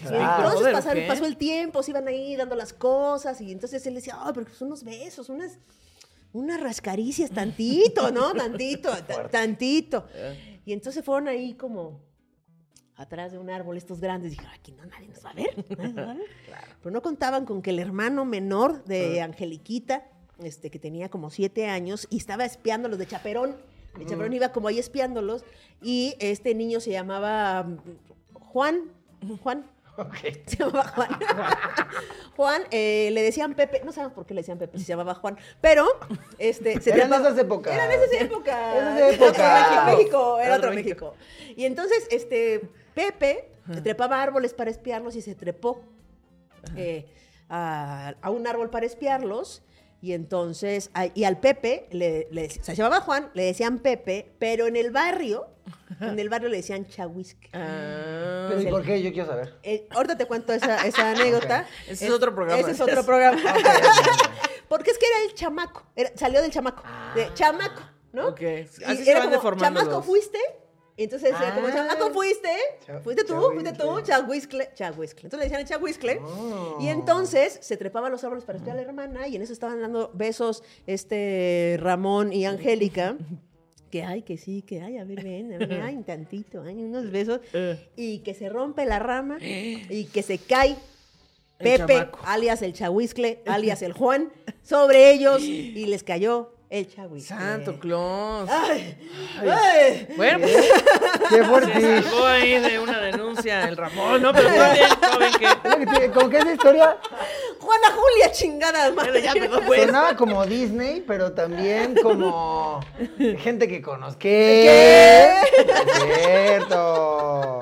claro.
Y entonces
Brother,
pasaron-
¿qué?
pasó el tiempo, se iban ahí dando las cosas y entonces él decía, ay, pero son unos besos, unas... Unas rascaricias, tantito, [laughs] ¿no? Tantito, ta- tantito. Y entonces fueron ahí como atrás de un árbol estos grandes. Dije, aquí no, nadie nos va a ver. nadie nos va a ver". Pero no contaban con que el hermano menor
Ah.
de Angeliquita, este, que tenía como siete años, y estaba espiándolos de chaperón.
Ah.
De chaperón iba como ahí espiándolos. Y este niño se llamaba mm, Juan. Juan.
Ok.
[laughs] Se llamaba
[laughs]
Juan. Juan, eh, le decían Pepe. No sabemos por qué le decían Pepe si se llamaba Juan. Pero, este. Se
Eran
llamaba-
esas épocas.
Eran esas épocas.
Esas épocas.
Era otro México.
Era
Era
otro
otro México. Y entonces, este. Pepe
Ah.
se trepaba árboles para espiarlos y se trepó eh, a, a un árbol para espiarlos. Y entonces, a- y al Pepe, le, le- se llamaba Juan, le decían Pepe, pero en el barrio, en el barrio le decían Chahuisque.
Ah,
Pero ¿y por qué? Yo quiero saber.
Eh, ahorita te cuento esa, esa anécdota.
Ese es otro programa.
Ese es
[laughs]
otro programa. Porque es que era el chamaco. era- salió del chamaco. de chamaco, ¿no?
Ah. ok. Pues, Así
Y
se
era
van
como,
deformando
chamaco
los-
fuiste. Entonces era como,
Ah.
chamaco fuiste.
Cha-
Fuiste tú, fuiste tú,
chahuiscle.
chahuiscle. Chahuiscle. Entonces le decían el chahuiscle.
Oh.
Y entonces se trepaba a los árboles para espiar a la hermana. Y en eso estaban dando besos este Ramón y Angélica. Que ay, que sí, que ay, a ver, ven, a ver, ay, tantito, ay, unos besos
Eh.
y que se rompe la rama
[gasps]
y que se cae
El
Pepe,
chamaco.
alias el chahuiscle, alias el Juan, sobre
[gasps]
ellos y les cayó el chahuiscle.
Santo Claus.
Ay, ay.
Bueno, pues
Qué
[laughs]
se
fuerte.
salvó ahí de una denuncia el Ramón, ¿no? Pero todo bien, todo bien que...
Es lo que te- Como que esa historia
Juana Julia, chingada
Bueno,
madre.
ya
[laughs]
pegó pues.
sonaba como Disney, pero también
[laughs]
como gente que conozco.
¿Qué?
Es Cierto.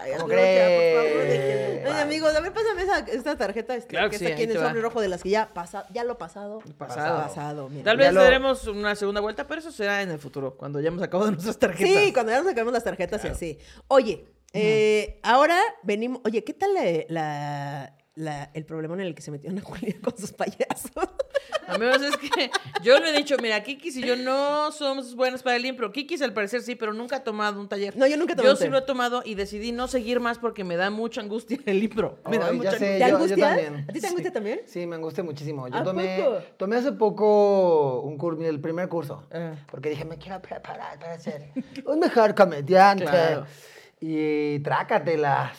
Ay,
¿Cómo
Dios, ya, por favor,
crees?
déjenme. Ay, amigos, a ver, esta, esta tarjeta este,
Claro
que
que
está
sí,
aquí
ahí
en el
te va.
sobre rojo de las que ya, pasa, ya lo pasado.
Pasado.
Pasado, mira.
Tal vez
Ya lo-
tendremos una segunda vuelta, pero eso será en el futuro, cuando hayamos acabado [laughs] nuestras tarjetas.
Sí, cuando ya nos sacamos las tarjetas y así. Oye, eh, ahora venimos. Oye, ¿qué tal la, la- la- el problemón en el que se metió Ana Julia con sus payasos?
Amigos, es que yo le he dicho, mira, Kikis y yo no somos buenas para el IEM, pero Kikis al parecer sí, pero nunca ha tomado un taller.
No, yo nunca he
Yo
tomado un
sí
taller.
lo he tomado y decidí no seguir más porque me da mucha angustia el libro. Me da
Ay,
mucha
ya sé,
¿Te
Eh, yo, yo
angustia?
también.
¿A ti te angustia también?
Sí, me angustia muchísimo.
¿A
Yo tomé,
poco?
tomé hace poco un curso, el primer curso,
Ah.
porque dije, me quiero preparar para ser un mejor comediante.
Claro.
Y trácatelas.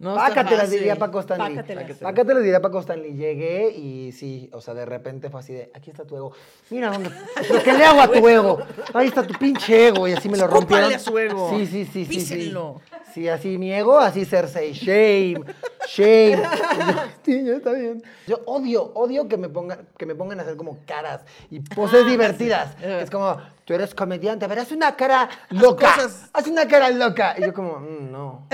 No está
Pácatelas,
fácil.
diría Paco Stanley.
Pácatelas.
Pácatelas, diría Paco Stanley. Llegué y sí, o sea, de repente fue así de, aquí está tu ego. Mira, dónde, lo que le hago a tu ego. Ahí está tu pinche ego. Y así me lo
Escúpale
rompieron.
a su ego.
Sí, sí, sí. sí, sí.
Písenlo.
Sí, así mi ego, así Cersei. Shame, shame. Y yo, Sí, ya está bien. Yo odio, odio que me pongan, que me pongan a hacer como caras y poses divertidas. Que Es como, tú eres comediante, pero haz una cara loca.
cosas.
Haz una cara loca. Y yo como, "Mm, no.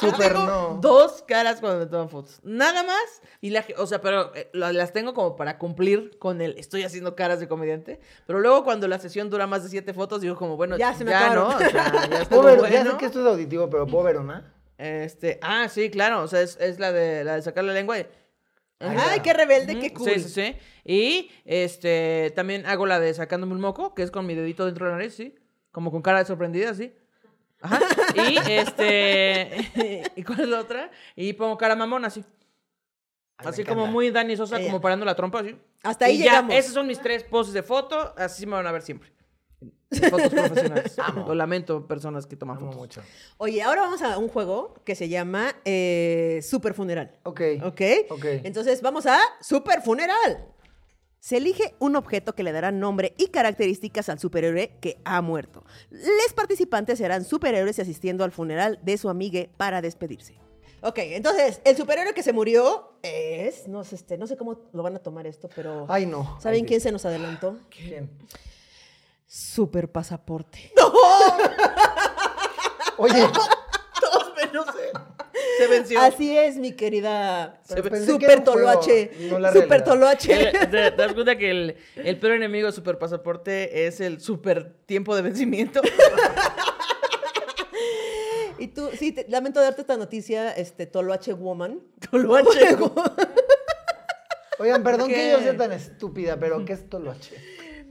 Súper no.
Dos caras cuando me toman fotos. Nada más. Y la, ge- o sea, pero eh, la- las tengo como para cumplir con el estoy haciendo caras de comediante. Pero luego cuando la sesión dura más de siete fotos, digo como, bueno,
Ya
ya,
se me
¿no?
acabaron.
O sea, ya estuvo
Puedo ver- Ya sé
bueno.
que esto es auditivo, pero puedo ver una.
Este, ah, sí, claro. O sea, es, es la de la de sacar la lengua y-
Ay, qué rebelde, qué
Ujú,
cool.
Sí, sí, sí. Y este también hago la de sacándome un moco, que es con mi dedito dentro de la nariz, sí. Como con cara de sorprendida, sí. Ajá. Y este. [laughs] ¿Y cuál es la otra? Y pongo cara mamona, así.
Ay, Ah, me
así como
encanta.
muy Dani Sosa,
Ella.
como parando la trompa, así.
Hasta ahí
Y ya,
llegamos.
esas son mis tres poses de foto, así me van a ver siempre.
[laughs]
Fotos profesionales. Lo lamento, personas que toman
Amo
fotos.
mucho.
Oye, ahora vamos a un juego que se llama eh, Super Funeral.
Ok.
¿Ok?
Ok.
Entonces vamos a Super Funeral. Se elige un objeto que le dará nombre y características al superhéroe que ha muerto. Los participantes serán superhéroes asistiendo al funeral de su amigue para despedirse. Ok, entonces, el superhéroe que se murió es. No sé, este, no sé cómo lo van a tomar esto, pero.
Ay, no.
¿Saben
Ay,
quién se nos adelantó?
¿Quién?
Super [laughs] pasaporte.
Oye,
Se venció.
Así es, mi querida.
Pero pensé que era
Super
un juego,
Toloache.
no la
super
realidad.
Toloache.
El- [laughs] ¿Te, te das cuenta que el, el peor enemigo de Super Pasaporte es el super tiempo de [laughs] vencimiento?
Y tú, sí, te- lamento darte esta noticia, este, Toloache Woman.
[laughs] Toloache.
oigan, perdón
¿Qué?
que yo sea tan estúpida, pero ¿qué es Toloache?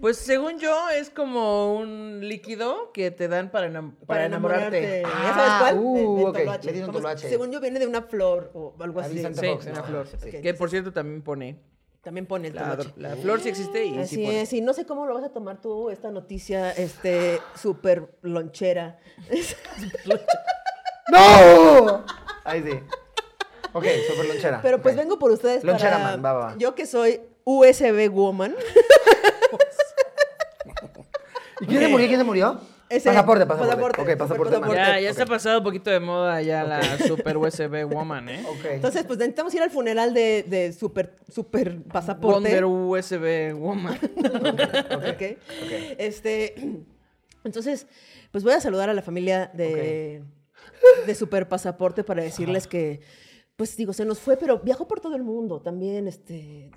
Pues según yo, es como un líquido que te dan para, enam- para enamorarte.
¿Ya sabes
Ah,
cuál?
uh,
del
ok,
toloache.
le dieron
¿Cómo es?
toloache.
Según yo, viene de una flor o algo así.
Avísate,
Sí,
Fox,
una
¿no?
Ah, flor.
Sí.
Que por cierto también pone.
También pone el
La,
toloache.
la flor sí existe y sí
Así
pone. [laughs]
es, y no sé cómo lo vas a tomar tú esta noticia, este, súper lonchera. [laughs]
¡No! Ahí sí. Ok, super lonchera.
Pero pues
Ok.
vengo por ustedes
Ah, Lonchera
para...
man, va, va.
Yo que soy USB woman.
¿Y quién se murió? ¿Quién se murió?
Ese-
pasaporte, pasaporte.
pasaporte,
Ok, pasaporte.
super
man.
pasaporte.
Ya, ya se ha pasado un poquito de moda ya la super USB Woman, ¿eh?
Ok.
Entonces, pues necesitamos ir al funeral de, de super, super pasaporte.
Wonder USB Woman.
[laughs] Ok. Este, entonces, pues voy a saludar a la familia de, de Super Pasaporte para decirles que, pues digo, se nos fue, pero viajó por todo el mundo también, este...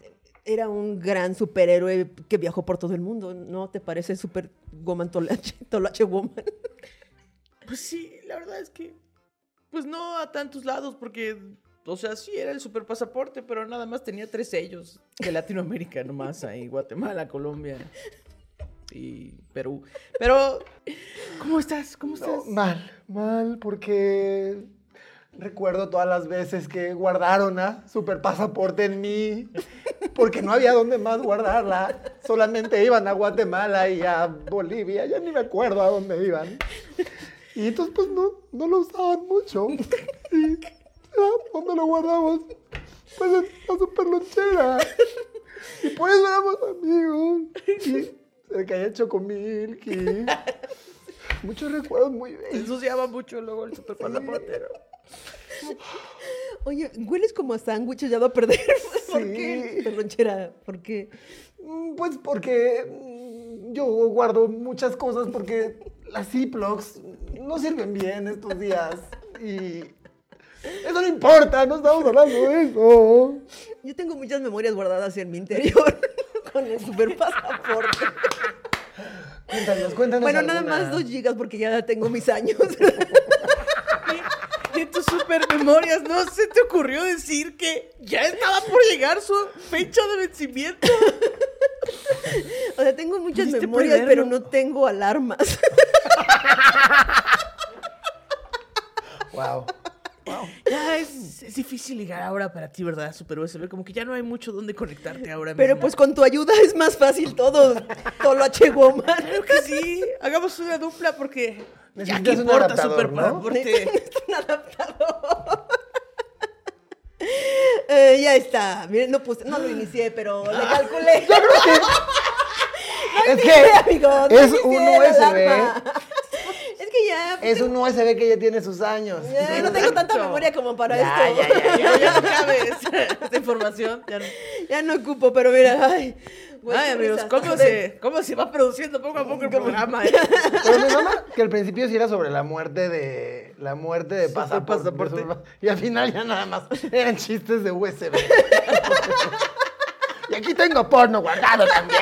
Era un gran superhéroe que viajó por todo el mundo, ¿no te parece Super Woman Tolache, Tolache Woman? [laughs]
Pues sí, la verdad es que. Pues no a tantos lados, porque. O sea, sí era el super pasaporte, pero nada más tenía tres sellos de [laughs] Latinoamérica nomás ahí: Guatemala, Colombia y Perú. Pero. ¿Cómo estás? ¿Cómo
No,
estás?
mal, mal, porque recuerdo todas las veces que guardaron a super pasaporte en mí, porque no había dónde más guardarla. Solamente iban a Guatemala y a Bolivia, ya ni me acuerdo a dónde iban. Y entonces, pues no, no lo usaban
[laughs]
mucho. Y, ah, ¿Dónde lo guardamos? Pues en la superlonchera. Y por eso éramos amigos. Y se caía el chocomilk y
[laughs]
muchos recuerdos muy
Se
bellos.
ensuciaba mucho luego el super pasaporte. ¿no?
Oye, hueles como a sándwiches, ya va a perder. [laughs] ¿Por
Sí.
qué? Perronchera, ¿por qué?
Mm, Pues porque mm, yo guardo muchas cosas porque las Ziplocs no sirven bien estos días. Y
Eso no importa, no estamos hablando de eso.
Yo tengo muchas memorias guardadas en mi interior [laughs] con el super
[laughs]
pasaporte.
Cuéntanos, cuéntanos.
Bueno, nada
alguna.
más dos gigas porque ya tengo mis
[laughs]
años.
[laughs] Y en tus supermemorias, ¿no se te ocurrió decir que ya estaba por llegar su fecha de vencimiento?
O sea, tengo muchas
Pudiste
memorias, pero
perderlo.
no tengo
[laughs]
alarmas.
Wow.
Ya es, es difícil ligar ahora para ti, ¿verdad? Super USB, como que ya no hay mucho donde conectarte ahora
Pero
mismo.
pues con tu ayuda es más fácil todo. Todo H. Woman. [laughs]
Claro que sí, hagamos una dupla porque ya que
Necesitas un
importa
adaptador,
super
¿no?
pasaporte.
Un adaptador. Eh, ya está. Miren, no puse, no lo inicié, pero le
Ah. [laughs]
calculé.
es
[laughs] amigos,
que
no
es un
inicié la
[laughs]
alarma.
USB.
Es que ya.
Es un USB que ya tiene sus años.
ya no tengo tanta
Exacto.
memoria como para
Ya,
esto.
ya, ya,
Ya, ya, ya no cabe esta, esta información. Ya no.
[laughs] Ya no ocupo, pero mira, ay. güey,
Ay,
qué
amigos,
risas.
¿cómo se, ¿cómo se va produciendo poco a poco el [laughs] programa? eh?
Pero mi mamá, que al principio sí era sobre la muerte de. La muerte de pasaporte.
pasaporte.
Y al final ya nada más eran chistes de USB. y aquí tengo porno guardado también.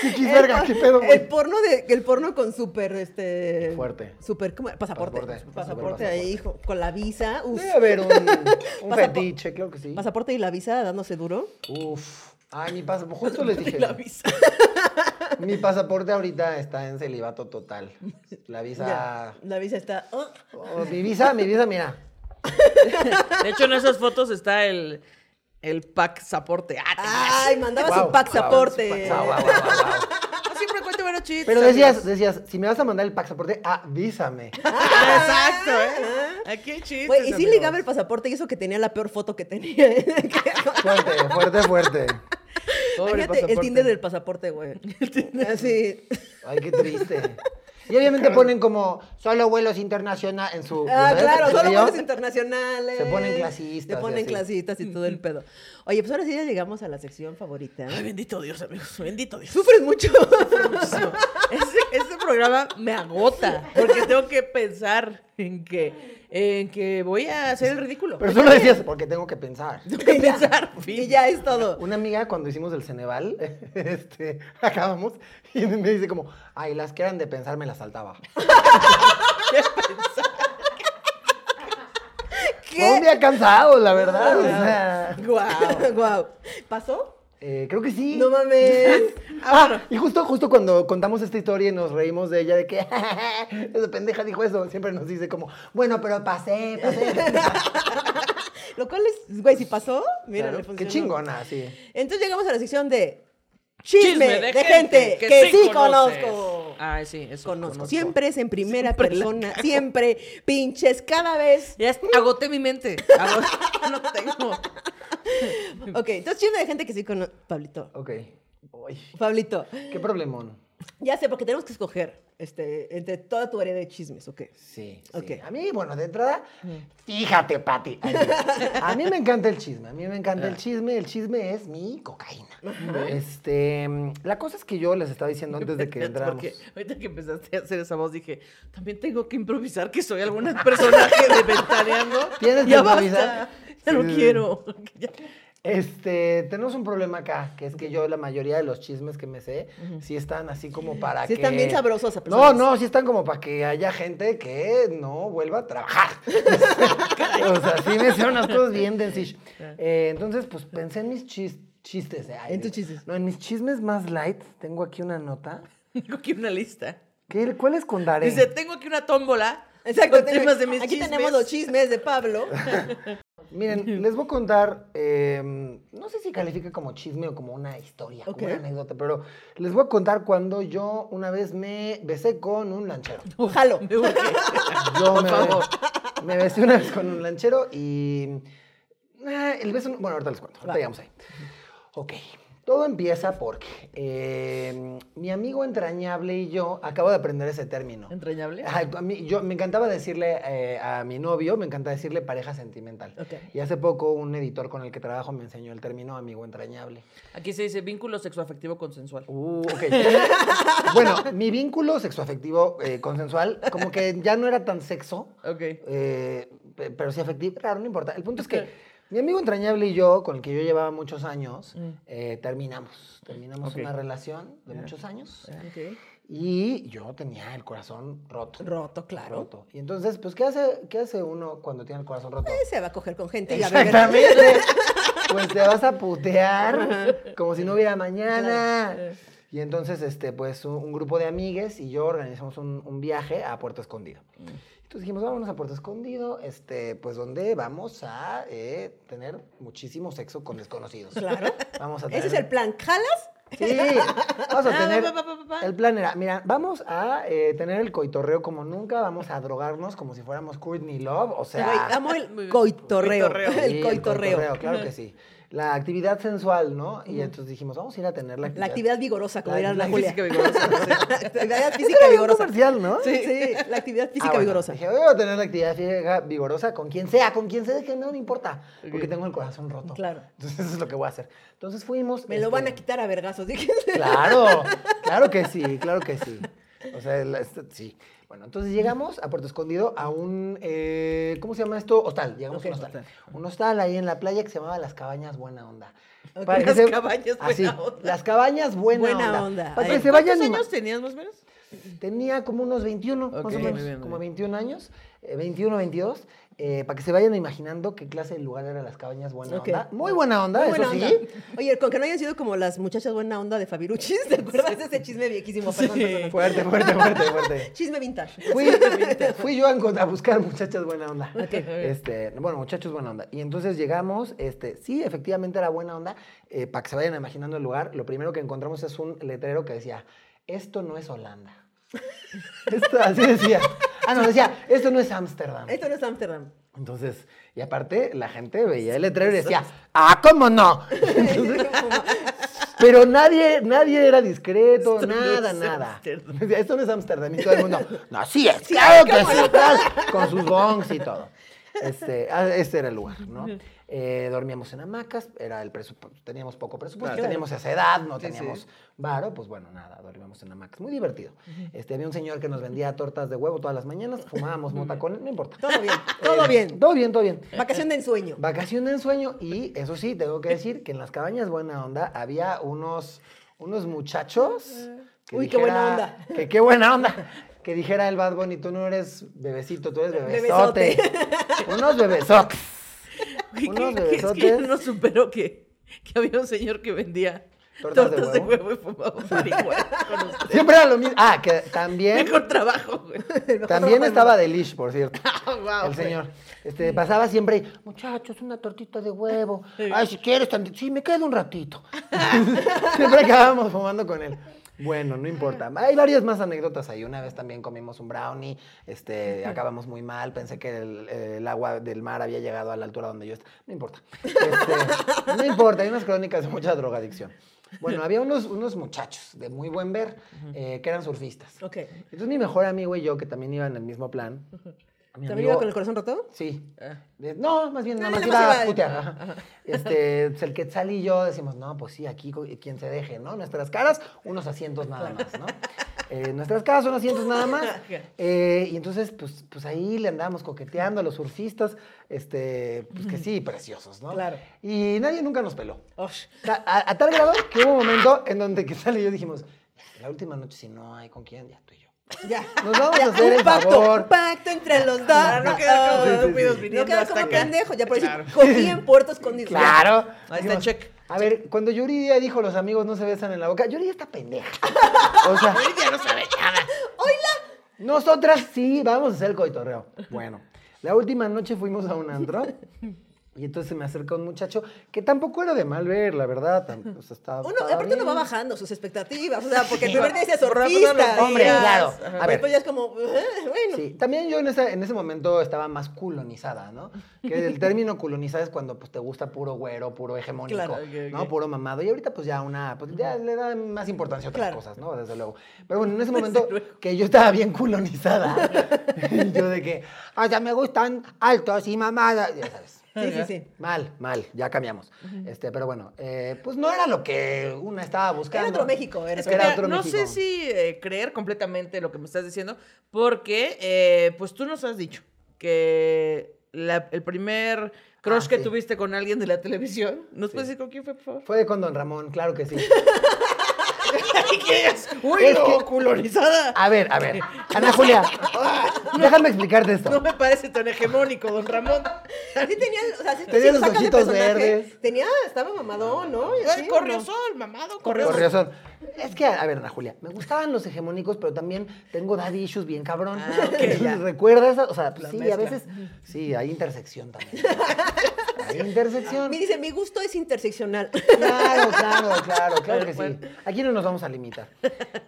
Chiquis,
El
verga,
por-
qué pedo,
El
güey.
porno, de, el porno con súper, este...
Fuerte.
Súper, ¿cómo? Pasaporte.
Pasaporte,
Pasaporte,
pasaporte.
ahí, hijo, con la visa. uf.
Debe haber un, un
Pasapo-
fetiche, creo que sí.
Pasaporte y la visa dándose duro.
Uf. Ay, mi pasaporte. Justo [laughs] les dije.
La visa.
Mi pasaporte ahorita está en celibato total. La visa.
Ya, la visa está... ah,
Oh, mi visa, mi visa, mira.
De hecho, en esas fotos está el, el pack soporte. Ah,
Ay, mandaba
Guau,
su pasaporte.
guau, guau, guau, guau, guau.
No Ah, siempre cuento buenos chistes.
[laughs] Pero
amigos.
decías, decías, si me vas a mandar el pasaporte, avísame.
Exacto, ¿eh? Aquí hay chistes.
Güey, y sí
amigos.
ligaba el pasaporte y eso que tenía la peor foto [laughs] que tenía.
Fuerte, fuerte, fuerte.
Pobre
Imagínate el
pasaporte.
Tinder del pasaporte, güey. Ah, Así.
Ay, qué triste. Y obviamente ponen como solo vuelos internacionales en su.
Ah,
¿sabes?
claro, solo
¿Entendió?
vuelos internacionales.
Se ponen clasistas
Se
y
ponen
así.
clasistas y todo el pedo. Oye, pues ahora sí ya llegamos a la sección favorita.
Ay, bendito Dios, amigos. Bendito Dios.
Sufres mucho.
Ese, ese programa me agota porque tengo que pensar en que, en que voy a hacer el ridículo.
Pero solo decías, porque tengo que pensar.
[laughs] Y ya-
fin.
Y ya es todo.
Una amiga cuando hicimos el Ceneval, [laughs] este, acabamos, y me dice como, ay, las que eran de pensar me las saltaba. Fue Un
¿Qué? Ah.
día cansado, la verdad. o sea,
Guau, guau. ¿Pasó?
eh, creo que sí.
No mames.
Ah, y justo, justo cuando contamos esta historia y nos reímos de ella, de que [laughs] esa pendeja dijo eso, siempre nos dice como, bueno, pero pasé, pasé.
Lo cual es, güey, si pasó, [laughs] mira,
Claro,
le funcionó.
qué chingona, sí.
Entonces llegamos a la sección de chisme, de, gente, que, sí conozco.
Ah, sí, eso
Conozco. Siempre es en primera
Siempre la
persona, siempre pinches, cada vez.
Ya es- agoté mi mente. Agoté, [laughs] no tengo.
Ok, entonces chisme de gente que sí conozco. Pablito,
Ok. Uy,
Pablito,
qué problemón.
ya sé, porque tenemos que escoger este, entre toda tu área de chismes, ¿ok?
Sí, sí.
Ok. Mm.
A mí, bueno, de entrada, fíjate, Pati. Ay,
[laughs]
no. A mí me encanta el chisme, a mí me encanta
Ah.
el chisme, el chisme es mi cocaína. Este, la cosa es que yo les estaba diciendo antes
[laughs]
de que entramos.
Porque ahorita que empezaste a hacer esa voz dije, también tengo que improvisar que soy algún personaje de Ventaneando.
Tienes que
Ya
improvisar.
basta, Ya no
Sí.
quiero. [laughs] Ya-
Este, tenemos un problema acá, que es que yo la mayoría de los chismes que me sé, sí están así como para
Sí
Ah, que...
están bien sabrosos a
No,
personas.
no, sí están como para que haya gente que no vuelva
[laughs]
a trabajar. o sea, sí me sé unas cosas bien densich. Eh, entonces, pues pensé en mis chis- chistes. eh, ay,
En tus
Dios.
chistes.
No, en mis chismes más light, tengo aquí una nota.
Tengo aquí una lista.
¿Qué, ¿Cuáles contaré?
Dice, tengo aquí una tómbola.
Exacto,
con temas de mis
aquí
chismes.
tenemos los chismes de
[laughs]
Pablo.
Miren,
[laughs]
les voy a contar, eh, no sé si califica como chisme o como una historia,
Ok.
como una anécdota, pero les voy a contar cuando yo una vez me besé con un lanchero.
Jalo.
Me urge.
Yo
Por
me,
favor.
me besé una vez con un lanchero y ah, el beso, no- bueno, ahorita les cuento, ahorita
Va.
llegamos ahí. Ok, todo empieza porque eh, mi amigo entrañable y yo, acabo de aprender ese término.
¿Entrañable?
Ay, a mí- yo me encantaba decirle eh, a mi novio, me encanta decirle pareja sentimental.
Ok.
Y hace poco un editor con el que trabajo me enseñó el término amigo entrañable.
Aquí se dice vínculo sexoafectivo consensual.
Uh, ok. [laughs] bueno, mi vínculo sexoafectivo eh, consensual como que ya no era tan sexo.
Ok.
eh, pe- pero sí afectiva. Claro, no importa. El punto es que mi amigo entrañable y yo, con el que yo llevaba muchos años, eh, terminamos. Terminamos
Ok.
una relación de muchos años.
Ok.
Y yo tenía el corazón roto.
Roto, claro.
Roto. Y entonces, pues, ¿qué hace, qué hace uno cuando tiene el corazón roto?
Eh, Se va a coger con gente y a beber.
Exactamente. [laughs] Pues te vas a putear como si no hubiera mañana. Y entonces, este, pues un, un grupo de amigues y yo organizamos un, un viaje a Puerto Escondido.
Mm.
Entonces dijimos, vámonos a Puerto Escondido, este, pues donde vamos a eh, tener muchísimo sexo con desconocidos.
Claro.
Vamos a tener...
Ese es el plan. ¿Jalas?
Sí, vamos a
Ah,
tener...
pa, pa, pa, pa, pa.
El plan era, mira, vamos a eh, tener el coitorreo como nunca, vamos a drogarnos como si fuéramos Courtney Love, o sea...
Güey, amo el
Muy bien.
coitorreo.
Coitorreo.
Sí,
El coitorreo.
claro que sí. La actividad sensual, ¿no? Y entonces dijimos, vamos a ir a tener
La
la actividad.
actividad vigorosa, como
La-
dirá
la
la Julia.
Física
[laughs]
vigorosa.
La actividad
Ese era
física
un
vigorosa.
comercial, ¿no?
Sí, sí, la actividad física
Ah, bueno,
vigorosa.
Dije, voy a tener la actividad física vigorosa con quien sea, con quien sea, que no me importa, porque tengo el corazón roto.
Claro.
Entonces eso es lo que voy a hacer. Entonces fuimos.
Me lo
este,
van a quitar a vergazos. [laughs]
[laughs]
dije. [laughs]
Claro, claro que sí, claro que sí. O sea, la- esta- sí. Bueno, entonces llegamos a Puerto Escondido a un, eh, ¿cómo se llama esto? Hostal, llegamos a un
Ok,
hostal. Un hostal ahí en la playa que se llamaba Las Cabañas Buena Onda.
Ok.
Para que
Las Cabañas Buena
así,
Onda.
Las Cabañas Buena,
Buena
Onda.
Onda,
Para
ahí.
[laughs] que se vayan
¿Cuántos
anima-
años tenías más o menos?
Tenía como unos 21,
Ok,
más o
muy
menos,
bien, muy
como
bien.
21 años, eh, 21, 22, eh, para que se vayan imaginando qué clase de lugar era Las Cabañas Buena
Ok.
Onda. Muy buena onda,
Muy
eso
buena
sí.
onda. Oye, con que no hayan sido como las muchachas buena onda de Fabiruchis, [laughs] ¿te acuerdas de ese chisme viequísimo? Perdón,
Sí.
perdón.
Fuerte, [laughs] fuerte, fuerte, fuerte.
Chisme vintage.
Fui, fui yo a, encont- a buscar muchachas buena onda. Este, bueno, muchachos buena onda. Y entonces llegamos, este, sí, efectivamente era buena onda. eh, para que se vayan imaginando el lugar, lo primero que encontramos es un letrero que decía, esto no es Holanda. [laughs] Esto, así decía. Ah, no, decía, esto no es Ámsterdam.
Esto no es
[laughs]
Ámsterdam.
Entonces, y aparte, la gente veía el letrero y decía, ah, ¿cómo no? Entonces, pero nadie, nadie era discreto,
Esto no
nada,
es
nada.
Ámsterdam.
Decía, Esto no es Ámsterdam. Y todo el mundo, no, sí es, claro que sí, claro", con sus bongs y todo. Este, ah, este era el lugar, ¿no? Eh, dormíamos en hamacas, era el presupuesto, teníamos poco presupuesto,
Claro.
teníamos esa edad, no
Sí, sí.
teníamos varo, pues bueno, nada, dormíamos en hamacas, muy divertido. Este, había un señor que nos vendía tortas de huevo todas las mañanas, fumábamos mota con él, no importa.
Todo bien, todo
Eh,
bien.
Todo bien, todo bien.
Vacación de ensueño.
Vacación de ensueño y eso sí, tengo que decir que en las cabañas Buena Onda había unos, unos muchachos que
Eh. Uy, qué buena onda.
Que qué buena onda. Que dijera el Bad Bunny, tú no eres bebecito, tú eres bebesote. unos bebesotes.
Güey,
[laughs] Unos
que- que es que
bebesotes.
yo no supero que, que había un señor que vendía
Tortas
tortas,
de
de,
huevo.
huevo. y fumaba
[laughs]
marihuana con usted.
Siempre era lo mismo. Ah, que también,
Mejor trabajo, güey.
también estaba Delish, por cierto.
Ah, guau,
el
güey.
señor. Este, pasaba siempre y, muchachos, una tortita de huevo. Ay, si quieres, tant- sí, me quedo un ratito. [laughs] siempre acabábamos fumando con él. Bueno, no importa. Hay varias más anécdotas ahí. Una vez también comimos un brownie, este, acabamos muy mal. Pensé que el, el agua del mar había llegado a la altura donde yo estaba. No importa. Este, no importa, hay unas crónicas de mucha drogadicción. Bueno, había unos, unos muchachos de muy buen ver eh, que eran surfistas.
Ok.
Entonces mi mejor amigo y yo, que también iban en el mismo plan. mi
¿También
amigo-
iba con el corazón roto?
Sí. Eh, No, más bien, nada
Ah. No,
más
nada más
iba a
iba-
putear. ajá. Este, pues, el Quetzal y yo decimos, no, pues sí, aquí co- quien se deje, ¿no? Nuestras caras, unos asientos nada más, ¿no? Eh, nuestras caras, unos asientos nada más.
[laughs]
Eh, y entonces, pues, pues ahí le andábamos coqueteando a los surfistas, este, pues que sí, preciosos, ¿no?
Claro.
Y nadie nunca nos peló.
Osh.
O sea, A, a tal grado que hubo un momento en donde Quetzal y yo dijimos, la última noche, si no hay con quién, ya tú y yo.
Ya.
Nos [laughs]
[laughs]
vamos
Ya,
a hacer
un
el
pacto,
favor.
Un pacto entre los dos.
Para no quedar como
Ah,
estúpidos
No
viniendo
quedas
hasta
como
acá.
pendejo. Ya por
Claro.
eso cogí en Puerto Escondido.
Claro.
Ahí está el check.
A ver, cuando Yuridia dijo los amigos no se besan en la boca, Yuridia está
[laughs]
pendeja. O sea,
Ya no sabe nada.
nosotras sí vamos a hacer el coitorreo. Bueno, la última noche fuimos a un antro y entonces se me acerca un muchacho que tampoco era de mal ver, la verdad. tam- o sea, estaba,
Uno,
estaba
aparte uno va
bien.
bajando sus expectativas, o sea, porque el
Sí.
primer día dice
Rápido
surfista.
los
hombres,
días,
claro.
ajá,
A ver.
Después ya es como, "Ah, bueno.
Sí, también yo en ese, en ese momento estaba más culonizada, ¿no? Que el término culonizada es cuando pues, te gusta puro güero, puro hegemónico,
Claro,
ok, ok.
¿no? Puro mamado. Y ahorita pues ya una, pues ya le da más importancia a otras
Claro.
cosas, ¿no? Desde luego. Pero bueno,
[laughs]
en ese momento que yo estaba bien culonizada, [laughs] yo de que, o sea, me gustan altos y mamadas, ya sabes.
Sí, sí, sí.
Mal, mal, ya cambiamos. Este, pero bueno, eh, pues no era lo que una estaba buscando.
otro México, era
Es
otro
que era
México.
otro
no
México.
sé si eh, creer completamente lo que me estás diciendo, porque eh, pues tú nos has dicho que la- el primer crush
Ah,
que
sí.
tuviste con alguien de la televisión? ¿Nos
Sí.
puedes decir con quién fue, por
[laughs]
favor?
Fue con Don Ramón,
[laughs]
claro que sí.
Ay, ¿qué es? [laughs] ¡Uy,
Es
no,
que-
colonizada!
A ver, a ver. Ana Julia, déjame explicarte esto.
No me parece tan hegemónico, don Ramón.
Sí tenía, o sea, sí,
Tenía
sí lo
los
sacas de
ojitos
personaje.
verdes.
Tenía, estaba mamadón, ¿no? Y así,
Ay,
¿o no?
Corriosol, mamado, corriosol.
Corriosón. Es que, a ver, Ana Julia, me gustaban los hegemónicos, pero también tengo daddy issues bien cabrón.
Ah, ok,
[laughs] Entonces,
ya.
¿Recuerda esa? O sea, pues,
La
sí,
mezcla.
a veces. Sí, hay intersección también. hay
[laughs]
intersección.
Me dice, mi gusto es interseccional.
Claro, claro, claro, claro que
Bueno.
sí. Aquí no nos vamos a limitar.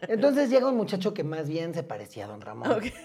Entonces llega un muchacho que más bien se parecía a Don Ramón. [laughs]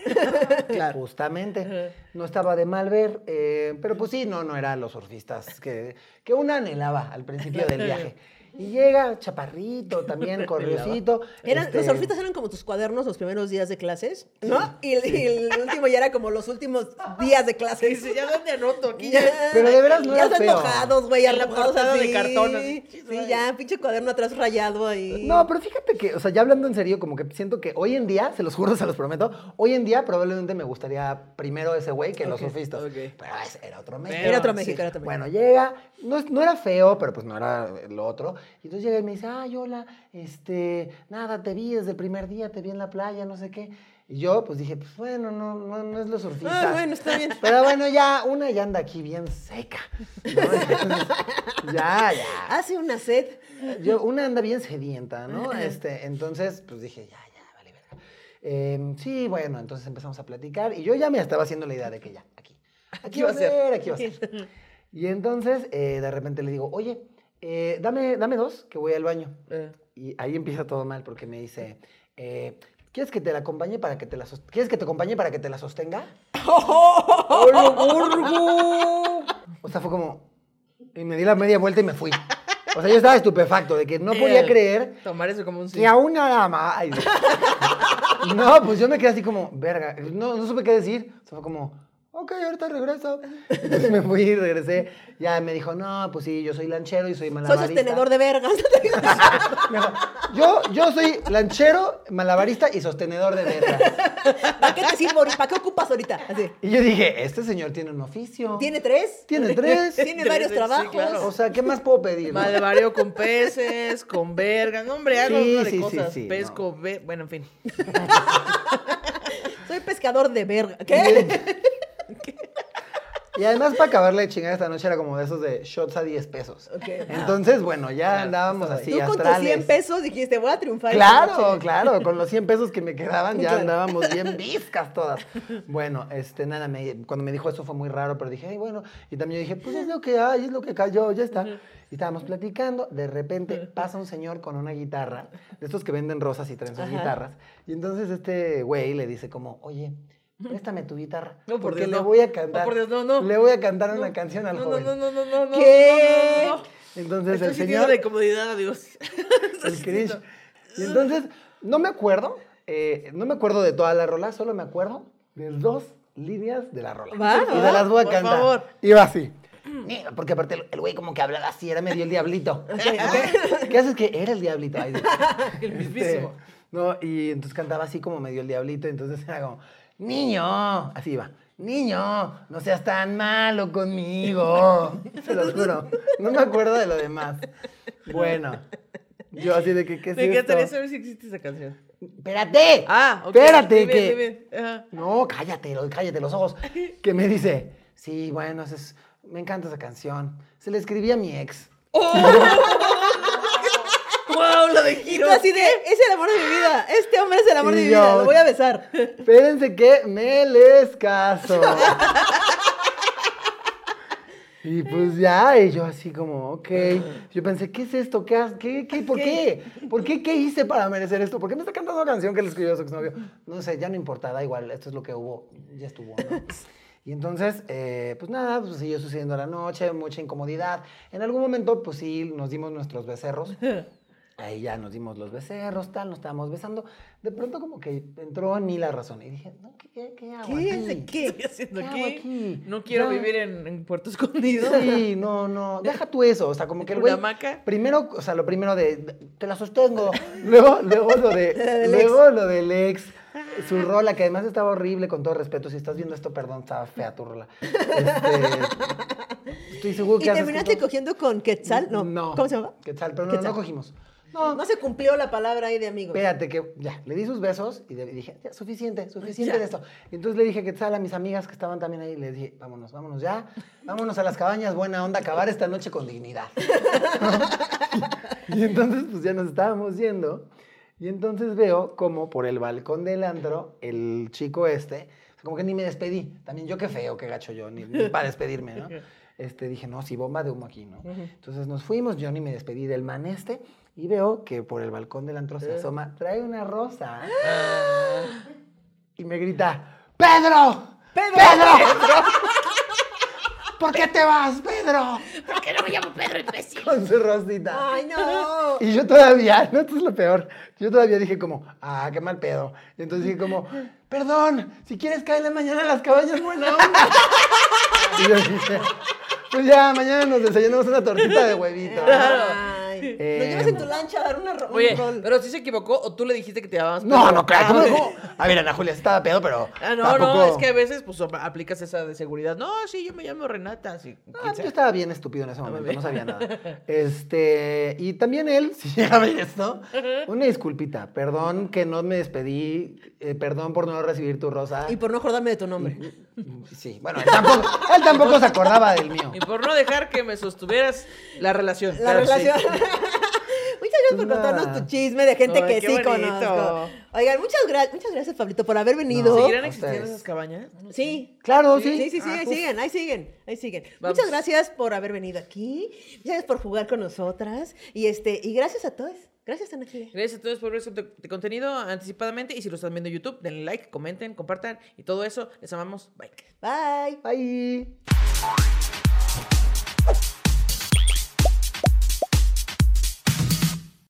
Claro.
Justamente. No estaba de mal ver, eh, pero pues sí, no, no era los surfistas que, que una anhelaba al principio del
[laughs]
viaje. Y llega chaparrito, también corriosito.
Eran,
este,
Los surfistas eran como tus cuadernos los primeros días de clases, ¿no? Y, el- y
[laughs]
el último ya era como los últimos días de
Y
clases.
Dice, ¿ya dónde anoto? Aquí ya.
Pero de veras no
ya
era
están
feo.
mojados, güey,
En la
arrapados
portada de
así.
cartón, así.
Sí, ya, pinche cuaderno atrás rayado ahí.
No, pero fíjate que, o sea, ya hablando en serio, como que siento que hoy en día, se los juro, [laughs] se los prometo, hoy en día probablemente me gustaría primero ese güey que los
Ok,
surfistas.
ok.
Pero ese era otro México.
Era otro
sí.
México, era otro México.
Bueno, llega, no, es- no era feo, pero pues no era lo otro. Y entonces llega y me dice, ay, hola, este, nada, te vi desde el primer día, te vi en la playa, no sé qué. Y yo, pues dije, pues bueno, no, no, no es lo surfista.
Ah, bueno, está bien.
Pero bueno, ya, una ya anda aquí bien seca. ¿no? Entonces, [laughs] ya, ya.
Hace una sed.
Yo, una anda bien sedienta, ¿no? Este, entonces, pues dije, ya, ya, vale, verga. Em, sí, bueno, entonces empezamos a platicar y yo ya me estaba haciendo la idea de que ya, aquí. Aquí va a ser, aquí va a ser. [laughs] Y entonces, eh, de repente le digo, oye, eh, dame, dame dos, que voy al baño.
Eh.
Y ahí empieza todo mal porque me dice, eh, ¿quieres que te la acompañe para que te la sos- ¿Quieres que te acompañe para que te la sostenga?
¡Hola, burgo!
O sea, fue como. Y me di la media vuelta y me fui. O sea, yo estaba estupefacto de que no podía
Eh.
creer
Tomar eso como un sí.
Y a una dama. ay, no. [laughs] no, pues yo me quedé así como, verga. No, no supe qué decir. O sea, fue como, ok, ahorita regreso. [laughs] Entonces me fui y regresé. Ya me dijo, no, pues sí, yo soy lanchero y soy
Soy
malabarista.
sostenedor de vergas. [laughs]
Me dijo, yo, yo soy lanchero, malabarista y sostenedor de verga.
¿Para qué te sirvo ahorita? ¿Para qué ocupas ahorita? Así.
Y yo dije, este señor tiene un oficio.
¿Tiene tres? [laughs]
Tiene tres.
Tiene
Tres,
varios
sí,
trabajos.
claro.
O sea, ¿qué más puedo pedir? no?
Malvareo con peces, con verga. No, hombre, hago
Sí,
una de
sí, sí,
cosas.
sí,
Pesco, ve- Bueno, en fin.
Soy pescador de verga. ¿Qué?
Y además para acabarle de chingar esta noche era como de esos de shots a 10 pesos.
Ok.
Entonces, bueno, ya andábamos así
Ah. Tú con tus
astrales.
100 pesos dijiste, voy a triunfar. esta
Claro,
noche.
claro, con los 100 pesos que me quedaban ya
Claro.
andábamos
[laughs]
bien viscas todas. Bueno, este, nada, me- cuando me dijo eso fue muy raro, pero dije, ay, bueno, y también yo dije, pues es lo que hay, es lo que cayó, ya está. Y estábamos platicando, de repente pasa un señor con una guitarra, de estos que venden rosas y traen sus
Ajá.
guitarras, y entonces este güey le dice como, oye, préstame tu guitarra,
No, por
porque
Dios,
le
no.
voy a
No,
cantar,
por Dios, no, no.
le voy a cantar una
No,
canción al
no,
joven.
No, no, no, no, no.
¿Qué?
No, no, no.
Entonces
Estoy
el
sintiendo
señor...
de comodidad,
[laughs]
amigos. [laughs] Estoy
el cringe.
sintiendo-
Y entonces, no me acuerdo, eh, no me acuerdo de toda la rola, solo me acuerdo de dos líneas de la rola.
Va,
y
va,
de las voy a
por
cantar.
favor.
Iba así. Mira, Porque aparte el- el güey como que hablaba así, era medio el diablito. ¿Qué haces que era el diablito? Ay, sí.
El
Este,
mismísimo.
no, y entonces cantaba así como medio el diablito, entonces era como, niño, así iba, niño, no seas tan malo [laughs] conmigo. Se lo juro, no me acuerdo de lo demás. Bueno, yo así de que, ¿qué es
Me encantaría
esto?
saber si existe esa canción.
Espérate,
Ah, ok.
espérate
dime,
que...
dime. Ajá.
No, cállate, lo- cállate los ojos. Que me dice, sí, bueno, esa es- me encanta esa canción. Se la escribí a mi ex.
¡Wow! Lo de
Y
giro.
tú así de, es el amor de mi vida. Este hombre es el amor de
Y
mi
yo-
vida. Lo voy a
[laughs]
besar.
Espérense que me les caso. Y pues ya, y yo así como, ok. Yo pensé, ¿qué es esto? ¿Qué, has- qué, qué, ¿Por qué? ¿Por qué? ¿Qué hice para merecer esto? ¿Por qué me está cantando una canción que le escribió a su exnovio? No sé, ya no importa, da igual, esto es lo que hubo, ya estuvo, ¿no? Y entonces, eh, pues nada, pues siguió sucediendo la noche, mucha incomodidad. En algún momento, pues sí, nos dimos nuestros becerros. Ahí ya nos dimos los becerros, tal, nos estábamos besando. De pronto como que entró en mí la razón y dije, no, ¿qué, qué, qué hago
¿Qué?
aquí?
¿De
Estoy
qué?
haciendo
¿Qué hago
aquí?
aquí?
No quiero
Ya.
vivir en, en Puerto Escondido.
Sí, no, no, deja tú eso, o sea, como que el güey...
¿Una hamaca?
Primero, o sea,
[laughs]
lo primero de, de- te la sostengo, luego, luego lo de,
del ex.
luego lo del ex, Su rola, que además estaba horrible, con todo respeto. Si estás viendo esto, perdón, estaba fea tu rola. Este, estoy seguro
¿Y
que haces
terminaste
que no-
cogiendo con Quetzal? No. ¿Cómo se llama?
Quetzal, pero no,
Quetzal.
no cogimos.
No, se cumplió la palabra ahí de amigos.
Espérate, que ya, le di sus besos y le dije, ya, suficiente, suficiente
Ya.
de esto. Y entonces le dije que tal a mis amigas que estaban también ahí, les dije, vámonos, vámonos ya, vámonos a las cabañas, buena onda, acabar esta noche con dignidad. [laughs] y entonces, pues ya nos estábamos yendo. Y entonces veo como por el balcón del antro, el chico este, como que ni me despedí. También yo qué feo, qué gacho yo, ni, ni para
[laughs]
despedirme, ¿no? Este, dije, no, sí, bomba de humo aquí, ¿no? Entonces nos fuimos, yo ni me despedí del man este, y veo que por el balcón del antro
Eh.
se asoma, trae una rosa.
Ah.
[gasps] y me grita, ¡Pedro!
¡Pedro!
[laughs]
¡Pedro! ¿Por qué te vas, Pedro?
¿Por qué no me llamo Pedro Imbécil?
Con su rosita.
¡Ay, no!
Y yo todavía, [laughs] no, esto es lo peor. Yo todavía dije como, ah, qué mal pedo. Y entonces dije como, perdón, si quieres cáele mañana a las cabañas, buena onda. [laughs] y yo dije, pues ya, mañana nos desayunamos una tortita de huevito. ¿no?".
Ay.
Eh,
Lo llevas en tu lancha a dar una ro- un
[laughs] Oye,
rol.
pero sí se equivocó o tú le dijiste que te llamabas
No,
Pedro?
no, claro. ¿cómo
Ah,
no? A ver, Ana Julia, sí estaba pedo, pero
Ah, no, no,
tampoco-
es que a veces pues op- aplicas esa de seguridad. No, sí, yo me llamo Renata. Sí,
Ah, yo estaba bien estúpido
Ah,
en ese momento, no sabía nada. Este, y también él, [laughs] si llega a ver esto, una disculpita. Perdón que no me despedí, eh, perdón por no recibir tu rosa.
Y por no acordarme de tu nombre.
Sí, bueno, él tampoco, él tampoco se acordaba del mío.
Y por no dejar que me sostuvieras la relación.
La
Pero sí.
relación.
[laughs]
Muchas gracias por
Nada.
contarnos tu chisme de gente
Ay,
que
qué
sí
bonito.
conozco. Oigan, muchas, gra- muchas gracias, Pablito, por haber venido.
No.
¿Seguirán
A
existiendo
ustedes.
esas cabañas?
Sí.
¿Oh,
Claro, sí.
Sí, sí, sí,
Ah,
ahí
uf.
siguen, ahí siguen, ahí siguen.
Vamos.
Muchas gracias por haber venido aquí, muchas gracias por jugar con nosotras y este y gracias a todos. Gracias, Ana Julia.
Gracias a todos por ver este este contenido anticipadamente. Y si lo están viendo en YouTube, denle like, comenten, compartan y todo eso. Les amamos. Bye.
Bye.
Bye.